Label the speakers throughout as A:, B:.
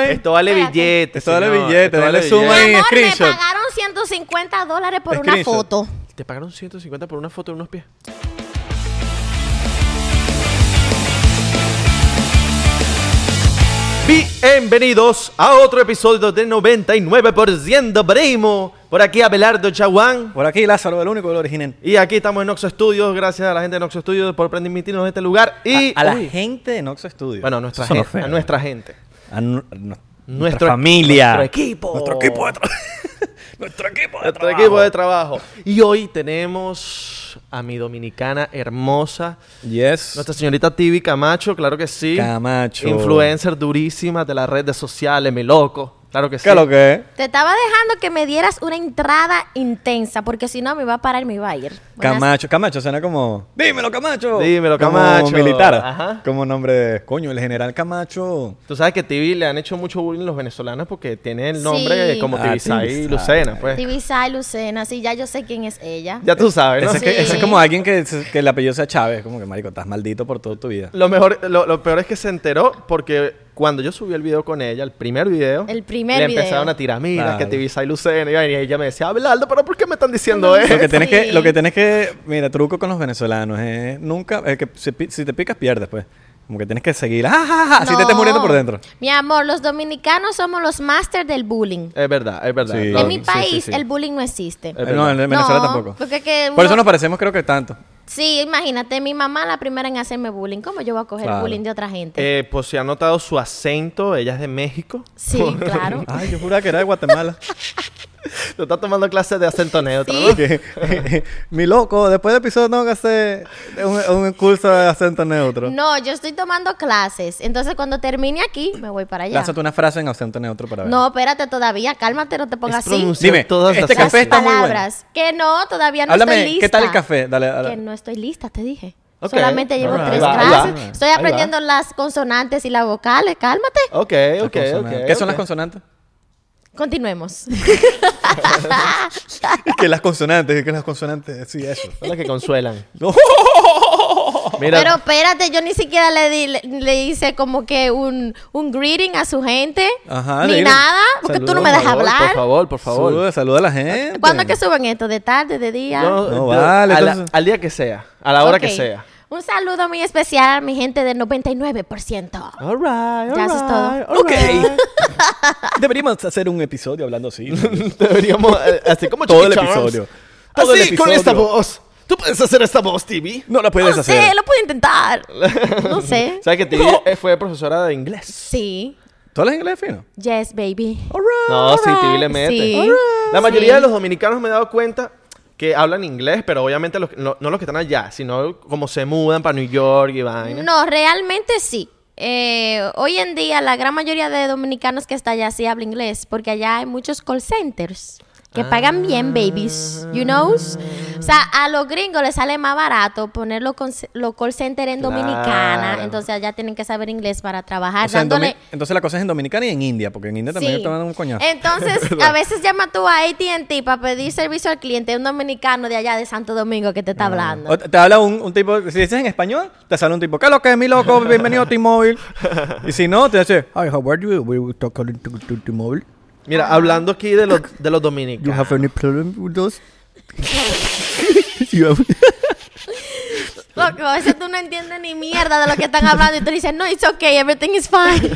A: Esto vale
B: Espérate.
A: billete.
C: Esto vale
A: señor,
C: billete,
A: esto
C: dale zoom
A: billete.
C: ahí.
B: Mi amor, me
C: screenshot.
B: pagaron 150 dólares por una
C: Screenshot.
B: foto.
A: Te pagaron 150 por una foto de unos pies. Bienvenidos a otro episodio de 99% Primo. Por aquí Abelardo Chaguán.
C: Por aquí Lázaro, el único, el original.
A: Y aquí estamos en Oxo Studios. Gracias a la gente de Oxo Studios por permitirnos este lugar. Y
C: a, a la
A: Uy.
C: gente de Noxo Studio.
A: Bueno, a nuestra,
C: Eso sonó
A: gente,
C: feo.
A: a nuestra gente.
C: A nu- a nu- nuestra,
A: Nuestro-
C: familia.
A: nuestro equipo.
C: Nuestro equipo de trabajo. nuestro equipo de
A: Nuestro
C: trabajo.
A: equipo de trabajo. Y hoy tenemos a mi dominicana hermosa,
C: Yes.
A: nuestra señorita Tibi Camacho, claro que sí.
C: Camacho.
A: Influencer durísima de las redes sociales, mi loco. Claro que sí.
C: ¿Qué es lo que es?
B: Te estaba dejando que me dieras una entrada intensa, porque si no me iba a parar y me iba a ir. Buenas-
C: Camacho, Camacho suena como. Dímelo, Camacho.
A: Dímelo,
C: Como
A: Camacho.
C: militar.
A: Ajá.
C: Como nombre de. Coño, el general Camacho.
A: Tú sabes que Tibi le han hecho mucho bullying los venezolanos porque tiene el nombre
B: Sí.
A: como
C: Ah,
A: Tibisay
C: Tibisay.
A: Lucena, pues.
B: Tibisay Lucena, sí, ya yo sé quién es ella.
A: Ya tú sabes, ¿no?
C: Ese, es que-
B: Sí.
C: ese es como alguien que, que el apellido sea Chávez. Como que, marico, estás maldito por toda tu vida.
A: Lo, mejor, lo, lo peor es que se enteró porque cuando yo subí el video con ella, el primer video,
B: El primer
A: le
B: video.
A: empezaron a tirar, mira,
C: Claro.
A: que Tibisay Lucena, y vaina, y ella me decía, Abelardo, pero ¿por qué me están diciendo
B: Ay,
A: eso?
C: Lo que tienes
B: Sí.
C: que, lo que tienes que, mira, truco con los venezolanos es nunca, es que si, pi- si te picas pierdes, pues. Como que tienes que seguir, ¡ah, ja, ja! Así te estés
B: No.
C: muriendo por dentro.
B: Mi amor, los dominicanos somos los máster del bullying.
A: Es verdad, es verdad.
C: Sí.
A: Lo-
B: En mi
C: sí,
B: país
C: sí, Eh. sí.
B: el bullying no existe.
A: Es
C: no,
A: verdad.
C: en Venezuela
B: No,
C: tampoco.
B: porque que
C: por
B: uno-
C: eso nos parecemos, creo que tanto.
B: Sí, imagínate, mi mamá la primera en hacerme bullying. ¿Cómo yo voy a coger
C: Claro.
B: bullying de otra gente?
A: Eh, pues se ha notado su acento, ella es de México.
B: sí, claro.
C: Ay, yo juraba que era de Guatemala.
A: Tú estás tomando clases de acento neutro.
B: Sí.
A: ¿no?
C: Que- Mi loco, después del episodio tengo que hacer un, un curso de acento neutro.
B: No, yo estoy tomando clases. Entonces, cuando termine aquí, me voy para allá.
C: Lánzate una frase en acento neutro para ver.
B: No, espérate todavía. Cálmate, no te pongas así.
A: pronunciar
C: Dime,
A: todas las
C: este
B: Las
C: café está muy bueno.
B: palabras. Que no, todavía no
C: Háblame,
B: estoy lista.
C: ¿qué tal el café? Dale, dale.
B: Que no estoy lista, te dije.
A: Ok,
B: Solamente llevo
C: alright.
B: tres
C: Ahí va, ahí
B: clases.
C: va.
B: Estoy
A: Ahí va.
B: aprendiendo las consonantes y las vocales. Cálmate.
A: Ok,
C: Las
A: ok, ok.
C: consonantes. ¿Qué son las
A: ok.
C: consonantes?
B: Continuemos.
C: que las consonantes, que las consonantes, sí, eso.
A: Son las que consuelan. Mira,
B: Pero espérate, yo ni siquiera le, di- le, le hice como que un, un greeting a su gente.
C: Ajá,
B: ni
C: dile.
B: nada, porque tú no
A: saludos,
B: me dejas
A: por favor,
B: hablar.
A: Por favor, por favor.
C: Saluda, saluda a la gente.
B: ¿Cuándo es que suben esto? ¿De tarde, de día?
A: No,
C: No,
A: yo-
C: vale,
A: a la-
C: entonces-
A: al día que sea, a la hora
B: Ok.
A: que sea.
B: Un saludo muy especial a mi gente del 99%.
A: All right, all
B: Ya, eso es todo.
A: right, all
C: Ok.
A: right.
C: Deberíamos hacer un episodio hablando así.
A: Deberíamos, eh, así como
C: Todo
A: Chucky
C: el
A: Charms.
C: episodio. Todo el
A: así, con
C: episodio.
A: esta voz. ¿Tú puedes hacer esta voz, TV?
C: No la puedes
B: no
C: hacer.
B: sé, lo puedo intentar. No sé.
A: ¿Sabes que TV eh, fue profesora de inglés?
B: Sí.
C: ¿Tú hablas inglés fino?
B: Yes, baby.
A: No, sí,
B: right,
A: TV le mete.
B: sí.
A: All right. La
B: Sí.
A: mayoría de los dominicanos me he dado cuenta que hablan inglés, pero obviamente los- no, no los que están allá, sino como se mudan para New York y vaina.
B: No, realmente sí. Eh, hoy en día la gran mayoría de dominicanos que está allá sí habla inglés porque allá hay muchos call centers que pagan
A: Ah.
B: bien, babies, you know? O sea, a los gringos les sale más barato poner los, con- los call centers en
A: Claro.
B: Dominicana, entonces allá tienen que saber inglés para trabajar,
C: O sea, en
B: Ah, dándole...
C: Domi- entonces la cosa es en Dominicana y en India, porque en India también
B: Sí.
C: está dando un coñazo.
B: Entonces, a veces llama tú a AT&T para pedir servicio al cliente, un dominicano de allá de Santo Domingo que te está hablando.
C: O te te habla un, un tipo, si dices en español, te sale un tipo, ¿qué es lo que es, mi loco? Bienvenido a T-Mobile. Y si no, te dice, Hi, how are you? We will talk to, to T-Mobile.
A: Mira, hablando aquí de los, de los
C: You
A: dominicanos.
C: have any problem with us? You have-
B: Loco, a veces tú no entiendes ni mierda de lo que están hablando y tú dices, no, it's okay, everything is fine.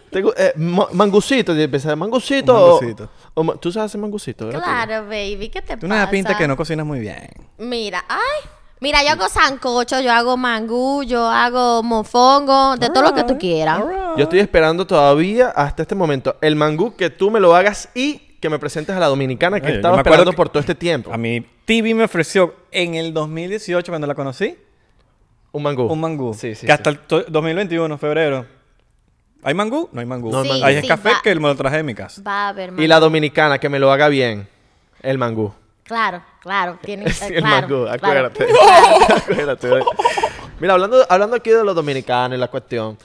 A: Tengo, eh, ma- mangucito, y empecé, mangucito.
C: Un
A: o-
C: mangucito.
A: o ma- Tú sabes hacer mangucito, ¿verdad?
B: claro, baby, ¿qué te
C: Tú no
B: pasa?
C: das pinta que no cocinas muy bien.
B: Mira, ay. Mira, yo hago sancocho, yo hago mangú, yo hago mofongo, de todo lo que tú quieras.
A: Yo estoy esperando todavía hasta este momento el mangú que tú me lo hagas y que me presentes a la dominicana que
C: Oye, yo
A: estaba
C: me acuerdo
A: esperando
C: que-
A: por todo este tiempo.
C: A mí, TV me ofreció en el 2018, cuando la conocí,
A: Un mangú.
C: un mangú.
A: Sí, sí.
C: Que
A: sí.
C: hasta el to- 2021, febrero. ¿Hay mangú? No hay mangú.
A: No hay Sí, mangú.
C: Hay
B: sí,
C: café
B: va.
C: que me lo traje de mi casa.
B: Va a haber
A: Y la dominicana que me lo haga bien. El mangú.
B: Claro, claro, tiene
A: Sí, el
B: claro,
A: mangú,
B: claro.
A: acuérdate. Eh, acuérdate. Mira, hablando, hablando aquí de los dominicanos y la cuestión.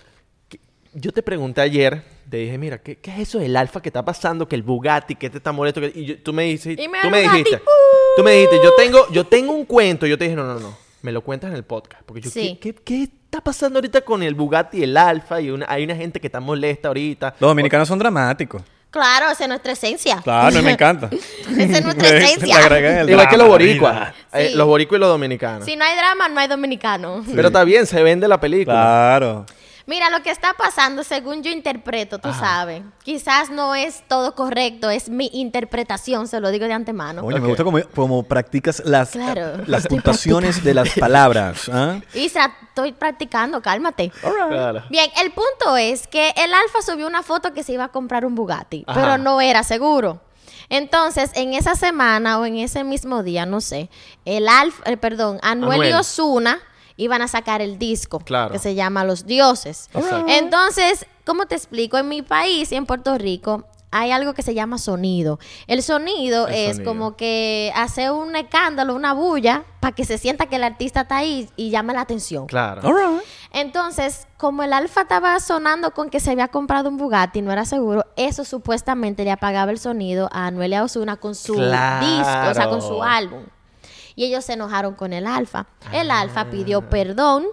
A: que- Yo te pregunté ayer, te dije, mira, ¿qué, qué es eso del alfa que está pasando? Que el Bugatti, que te está molesto. que- Y yo- tú me, dices,
B: Y me
A: tú
B: el
A: me
B: Bugatti,
A: dijiste,
B: ¡uh!
A: tú me dijiste, yo tengo, yo tengo un cuento. Yo te dije, no, no, no, me lo cuentas en el podcast. Porque yo,
B: Sí.
A: ¿qué, qué- qué está pasando ahorita con el Bugatti, el Alfa? Y una- hay una gente que está molesta ahorita.
C: Los dominicanos son dramáticos.
B: Claro, esa es nuestra esencia.
C: Claro, me encanta.
B: Esa es nuestra
C: Le
B: esencia.
C: agregan el
A: Igual que los
C: drama,
A: boricuas.
C: vida.
A: eh,
B: Sí.
A: los boricuas y los dominicanos.
B: Si no hay drama, no hay dominicano.
A: Pero está bien, se vende la película.
C: Claro.
B: Mira, lo que está pasando, según yo interpreto, tú sabes, quizás no es todo correcto, es mi interpretación, se lo digo de antemano.
C: Oye,
A: Ok.
C: me gusta como, como practicas las,
B: Claro.
C: las puntuaciones de las palabras. ¿ah?
B: Isa, estoy practicando, cálmate.
A: Claro.
B: Bien, el punto es que el Alfa subió una foto que se iba a comprar un Bugatti,
A: Ajá.
B: pero no era seguro. Entonces, en esa semana o en ese mismo día, no sé, el Alfa, eh, perdón, Anuel,
A: Anuel.
B: y Osuna iban a sacar el disco
A: Claro.
B: que se llama Los Dioses.
A: Exacto.
B: Entonces, ¿cómo te explico? En mi país y en Puerto Rico hay algo que se llama sonido. El sonido
A: El
B: es
A: sonido.
B: como que hace un escándalo, una bulla, para que se sienta que el artista está ahí y llama la atención.
A: Claro.
B: Entonces, como el Alfa estaba sonando con que se había comprado un Bugatti, no era seguro, eso supuestamente le apagaba el sonido a Anuel y a Ozuna con su
A: Claro.
B: disco, o sea, con su álbum. Y ellos se enojaron con el Alfa. El Alfa
A: Ah.
B: pidió perdón.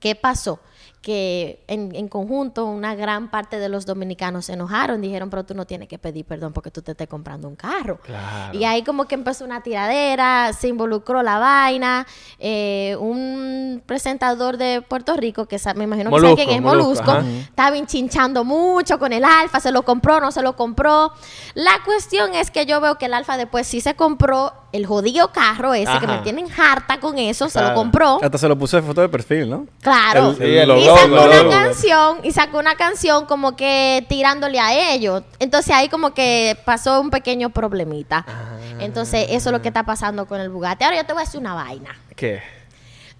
B: ¿Qué pasó? Que en, en conjunto una gran parte de los dominicanos se enojaron, dijeron, pero tú no tienes que pedir perdón porque tú te estés comprando un carro.
A: Claro.
B: Y ahí como que empezó una tiradera, se involucró la vaina, eh, un presentador de Puerto Rico, que sa- me imagino que sabe
A: Molusco,
B: quién es
A: Molusco,
B: Molusco,
A: ajá.
B: estaba hinchinchando mucho con el Alfa, se lo compró, no se lo compró. La cuestión es que yo veo que el Alfa después sí se compró el jodido carro ese, que
A: Ajá.
B: me tienen harta con eso, se
A: Claro.
B: lo compró.
C: Hasta se lo puse de foto de perfil, ¿no?
B: Claro.
C: El- el
B: y
C: logo,
B: sacó
C: logo,
B: una
C: logo.
B: canción, y sacó una canción como que tirándole a ellos. Entonces ahí como que pasó un pequeño problemita.
A: Ah.
B: Entonces eso es lo que está pasando con el Bugatti. Ahora yo te voy a decir una vaina.
A: ¿Qué?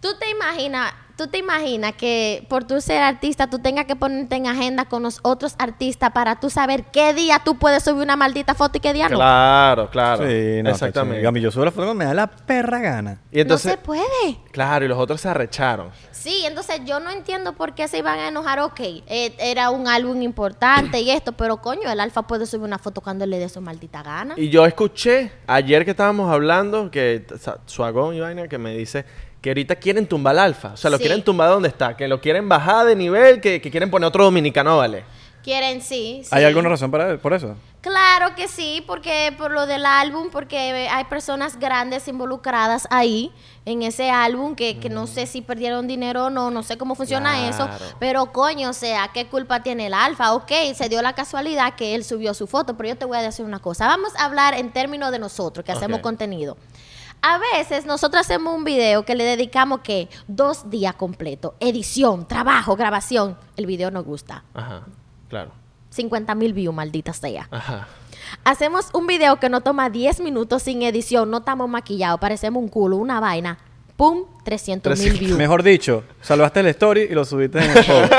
B: Tú te imaginas, tú te imaginas que por tú ser artista tú tengas que ponerte en agenda con los otros artistas para tú saber qué día tú puedes subir una maldita foto y qué día no.
A: Claro, claro.
C: Sí, no,
A: Exactamente.
C: Exactamente. Yo subo la foto cuando me da la perra gana.
A: Y entonces,
B: no se puede.
A: claro, y los otros se arrecharon.
B: Sí, entonces yo no entiendo por qué se iban a enojar. Ok, eh, era un álbum importante y esto, pero coño, el Alfa puede subir una foto cuando le dé su maldita gana.
A: Y yo escuché ayer que estábamos hablando que sa- Suagón y vaina que me dice que ahorita quieren tumbar al alfa, o sea, lo
B: Sí.
A: quieren tumbar donde está, que lo quieren bajar de nivel, que, que quieren poner otro dominicano, vale.
B: Quieren, sí. sí.
C: ¿Hay alguna razón para, por eso?
B: Claro que sí, porque por lo del álbum, porque hay personas grandes involucradas ahí en ese álbum que, que no sé si perdieron dinero o no, no sé cómo funciona
A: Claro.
B: eso, pero coño, o sea, ¿qué culpa tiene el Alfa? Ok, se dio la casualidad que él subió su foto, pero yo te voy a decir una cosa, vamos a hablar en términos de nosotros que hacemos
A: Ok.
B: contenido. A veces nosotros hacemos un video que le dedicamos que dos días completo, edición, trabajo, grabación, el video nos gusta,
A: Ajá, claro.
B: 50 mil views, maldita sea.
A: Ajá.
B: Hacemos un video que no toma 10 minutos sin edición, no estamos maquillados, parecemos un culo, una vaina. ¡Pum! 300 mil
A: 300.
B: views.
C: Mejor dicho, salvaste el story y lo subiste en el post.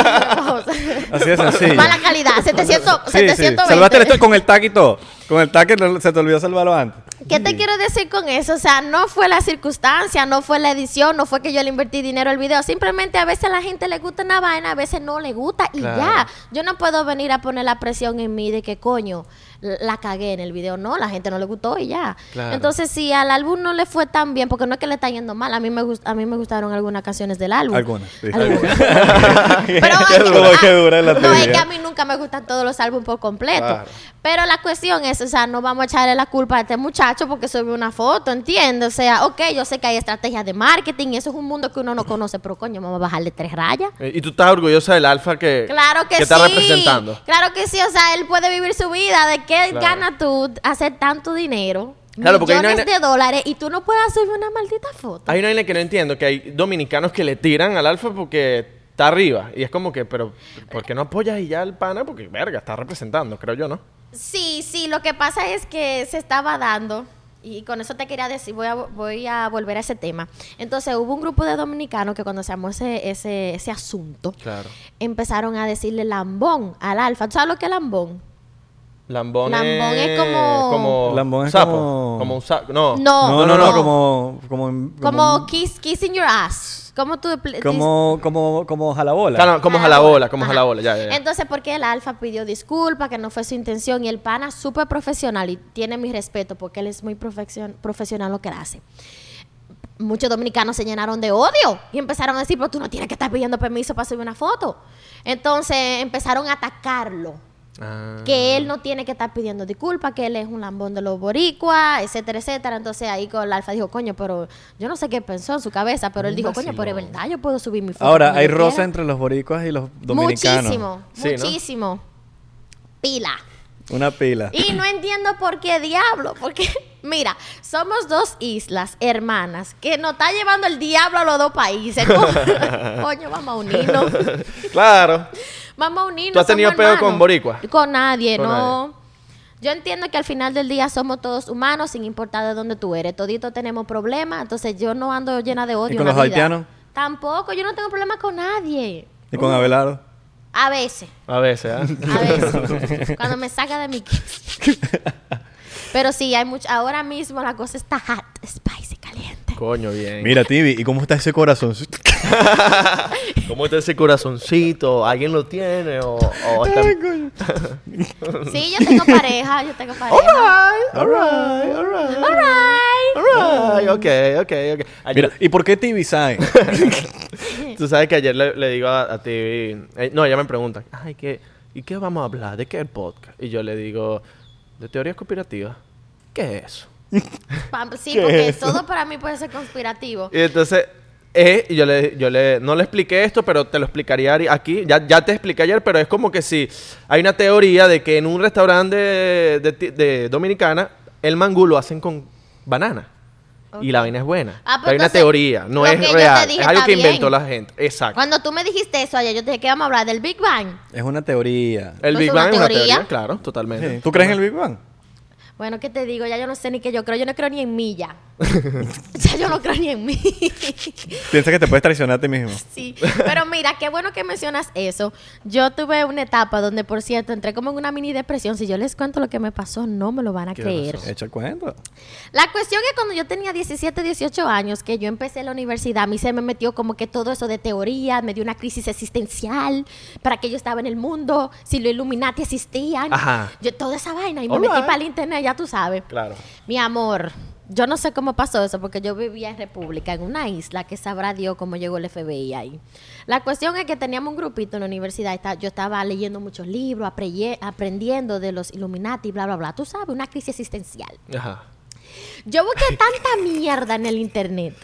C: Así de sencillo.
B: Mala calidad, 700,
C: Sí, sí.
B: 720.
C: Salvaste el story con el tag y todo. Con el tag que no- se te olvidó salvarlo antes.
B: ¿Qué te quiero decir con eso? O sea, no fue la circunstancia, no fue la edición, no fue que yo le invertí dinero al video. Simplemente a veces a la gente le gusta una vaina, a veces no le gusta y
A: Claro.
B: ya. Yo no puedo venir a poner la presión en mí de que coño, la la cagué en el video. No, la gente no le gustó y ya.
A: Claro.
B: Entonces, si al álbum no le fue tan bien, porque no es que le está yendo mal, a mí me, gust- a mí me gustaron algunas canciones del álbum.
C: Algunas, sí.
B: Algunas. Pero
C: Qué duro,
B: ah,
C: qué dura la
B: no, es que
C: teoría.
B: a mí nunca me gustan todos los álbumes por completo.
A: Claro.
B: Pero la cuestión es, o sea, no vamos a echarle la culpa a este muchacho porque subió una foto, ¿entiendes? O sea, ok, yo sé que hay estrategias de marketing y eso es un mundo que uno no conoce, pero coño, vamos a bajarle tres rayas.
A: Eh, Y tú estás orgullosa del alfa que,
B: Claro que, sí.
A: está representando.
B: Claro que sí, o sea, él puede vivir su vida. ¿De qué
A: Claro.
B: gana tú hacer tanto dinero?
A: Claro, porque hay una
B: millones
A: vaina-
B: de dólares y tú no puedes subir una maldita foto.
A: Hay una vaina que no entiendo, que hay dominicanos que le tiran al alfa porque está arriba. Y es como que, pero, ¿por qué no apoyas y ya al pana? Porque, verga, está representando, creo yo, ¿no?
B: Sí, sí, lo que pasa es que se estaba dando, y con eso te quería decir, voy a, voy a volver a ese tema. Entonces hubo un grupo de dominicanos que cuando se armó ese, ese, ese asunto,
A: Claro.
B: empezaron a decirle lambón al alfa. ¿Tú sabes lo que es lambón?
A: Lambón,
B: Lambón es como-
A: Lambón es sapo. como... un sapo. No.
B: No.
C: No, no, no,
B: no.
C: como... Como...
B: Como kiss, kissing your ass. ¿Cómo tú... pl-
C: Como... Como... Como jalabola.
A: Claro, como
B: Jalabola.
A: jalabola, como
B: Ah, Ajá.
A: jalabola, ya, ya, ya.
B: Entonces, porque el alfa pidió disculpas, que no fue su intención, y el pana súper profesional, y tiene mi respeto, porque él es muy profesion- profesional lo que él hace. muchos dominicanos se llenaron de odio y empezaron a decir, pero tú no tienes que estar pidiendo permiso para subir una foto. Entonces empezaron a atacarlo.
A: Ah.
B: Que él no tiene que estar pidiendo disculpas, que él es un lambón de los boricuas, etcétera, etcétera. Entonces ahí con el alfa dijo, coño, pero yo no sé qué pensó en su cabeza, pero él dijo, coño, pero es
A: vacilón.
B: verdad, yo puedo subir mi foto.
C: Ahora,
B: cuando
C: hay
B: yo
C: rosa
B: quiera".
C: entre los boricuas y los dominicanos.
B: Muchísimo,
A: Sí, ¿no?
B: muchísimo. Pila.
C: Una pila.
B: Y no entiendo por qué diablo, porque mira, somos dos islas hermanas que nos está llevando el diablo a los dos países. ¿Cómo? Coño, vamos a unirnos.
A: claro.
B: Vamos a unirnos.
A: ¿Tú has
B: somos
A: tenido peo
B: hermanos.
A: con boricua?
B: Con nadie,
A: Con
B: no. Yo entiendo que al final del día somos todos humanos sin importar de dónde tú eres. Todito tenemos problemas, entonces yo no ando llena de odio.
C: con
B: en la
C: los
B: vida.
C: haitianos?
B: Tampoco, yo no tengo problemas con nadie.
C: Y con Abelardo.
B: A veces.
A: A veces, ¿ah?
B: A veces. cuando me saca de mi Pero sí, hay mucho. Ahora mismo la cosa está hot, spicy, caliente.
A: Coño, bien.
C: Mira, Tibi, ¿y cómo está ese corazón?
A: ¿Cómo está ese corazoncito? ¿Alguien lo tiene? O, o está...
B: Sí, yo tengo pareja, yo tengo
C: Oh
B: pareja.
A: Alright, alright, alright.
B: Alright.
A: Alright, ok, ok, ok.
C: Mira,
A: Ayer-
C: ¿y por qué Tibi sabe?
A: tú sabes que ayer le, le digo a, a ti, eh, no, ella me pregunta, ay, ¿qué, ¿y qué vamos a hablar? ¿De qué podcast? Y yo le digo, de teorías conspirativas. ¿Qué es eso?
B: Pa- Sí,
C: ¿Qué
B: porque
C: es eso?
B: todo para mí puede ser conspirativo.
A: Y entonces, eh, y yo le, yo le, no le expliqué esto, pero te lo explicaría ari- aquí. Ya, ya te expliqué ayer, pero es como que si hay una teoría de que en un restaurante de, de ti- de dominicana, el mangú lo hacen con banana. Y la vaina es buena.
B: Ah,
A: Pero
B: pues
A: hay una
B: entonces,
A: teoría, no
B: lo
A: es
B: que yo te
A: real.
B: dije
A: es algo
B: está
A: que inventó
B: bien.
A: la gente. Exacto.
B: Cuando tú me dijiste eso ayer, yo te dije que vamos a hablar del Big Bang.
C: Es una teoría.
A: El
B: Pues
A: Big
B: una
A: Bang es una
B: teoría.
A: teoría, claro, totalmente.
C: Sí. ¿Tú crees en el Big Bang?
B: Bueno, ¿qué te digo? Ya yo no sé ni qué yo creo. Yo no creo ni en mí ya. ya yo no creo ni en mí.
C: Piensa que te puedes traicionar a ti mismo.
B: Sí, pero mira, qué bueno que mencionas eso. Yo tuve una etapa donde, por cierto, entré como en una mini depresión. Si yo les cuento lo que me pasó, no me lo van a
A: ¿Qué Eh.
B: creer.
C: Echa cuenta.
B: La cuestión es cuando yo tenía 17, 18 años, que yo empecé la universidad, a mí se me metió como que todo eso de teoría, me dio una crisis existencial, para que yo estaba en el mundo, si los Illuminati existían,
A: Ajá.
B: yo toda esa vaina, y me
A: All
B: metí
A: right.
B: para el internet, ya tú sabes.
A: Claro.
B: Mi amor, yo no sé cómo pasó eso, porque yo vivía en República, en una isla que sabrá Dios cómo llegó el FBI ahí. La cuestión es que teníamos un grupito en la universidad, y ta- yo estaba leyendo muchos libros, apreye- aprendiendo de los Illuminati, bla, bla, bla. Tú sabes, una crisis existencial.
A: Ajá.
B: Yo busqué tanta mierda en el internet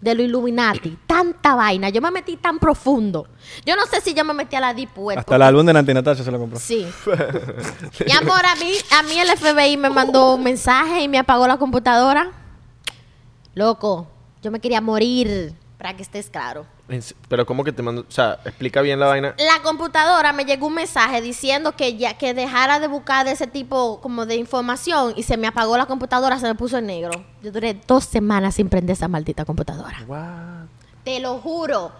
B: de lo Illuminati, tanta vaina. Yo me metí tan profundo. Yo no sé si yo me metí a la Deep Web.
C: Hasta el álbum de Nati Natasha se lo compró.
B: Sí. Mi amor, a mí, a mí el FBI me mandó un mensaje y me apagó la computadora. Loco, yo me quería morir, para que estés claro.
A: En se- Pero ¿cómo que te mando? O sea, explica bien la vaina.
B: La computadora me llegó un mensaje diciendo que ya que dejara de buscar de ese tipo como de información y se me apagó la computadora, se me puso en negro. Yo duré dos semanas sin prender esa maldita computadora.
A: What?
B: Te lo juro.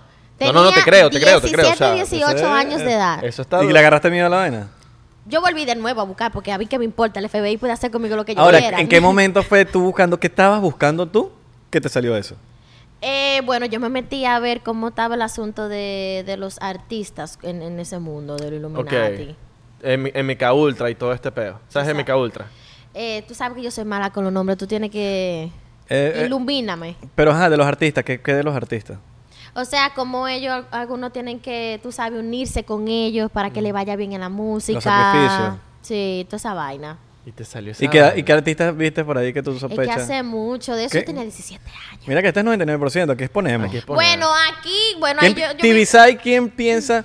A: No, no, no, te creo, te creo, te creo, o sea,
B: 17, 18
C: ese-
B: años de edad.
A: Eso está...
C: ¿Y le agarraste miedo a la vaina?
B: Yo volví de nuevo a buscar porque a mí que me importa. El FBI puede hacer conmigo lo que yo
C: Ahora,
B: quiera.
C: ¿en qué momento fue tú buscando? ¿Qué estabas buscando tú? ¿Qué te salió eso?
B: Eh, bueno, yo me metí a ver cómo estaba el asunto de, de los artistas en, en ese mundo del
A: Ok.
B: Illuminati.
A: En MK Ultra y todo este pedo. ¿Sabes
B: Exacto.
A: MK Ultra?
B: Eh, tú sabes que yo soy mala con los nombres. Tú tienes que...
C: Eh, eh,
B: Ilumíname.
C: pero ajá, de los artistas, ¿qué, qué de los artistas?
B: O sea, como ellos, algunos tienen que, tú sabes, unirse con ellos para que le vaya bien en la música.
C: sacrificios.
B: Sí, toda esa vaina.
A: Y te salió esa
C: ¿Y qué,
A: vaina.
C: ¿Y qué artistas viste por ahí que tú
B: Es que
C: sospechas?
B: hace mucho de eso.
C: ¿Qué?
B: Yo tenía 17 años.
C: Mira que este es 99%, aquí exponemos.
A: Aquí es poner.
B: Bueno, aquí, bueno, ahí
C: ¿Quién,
B: yo, yo vi
C: Tibisay, ¿quién piensa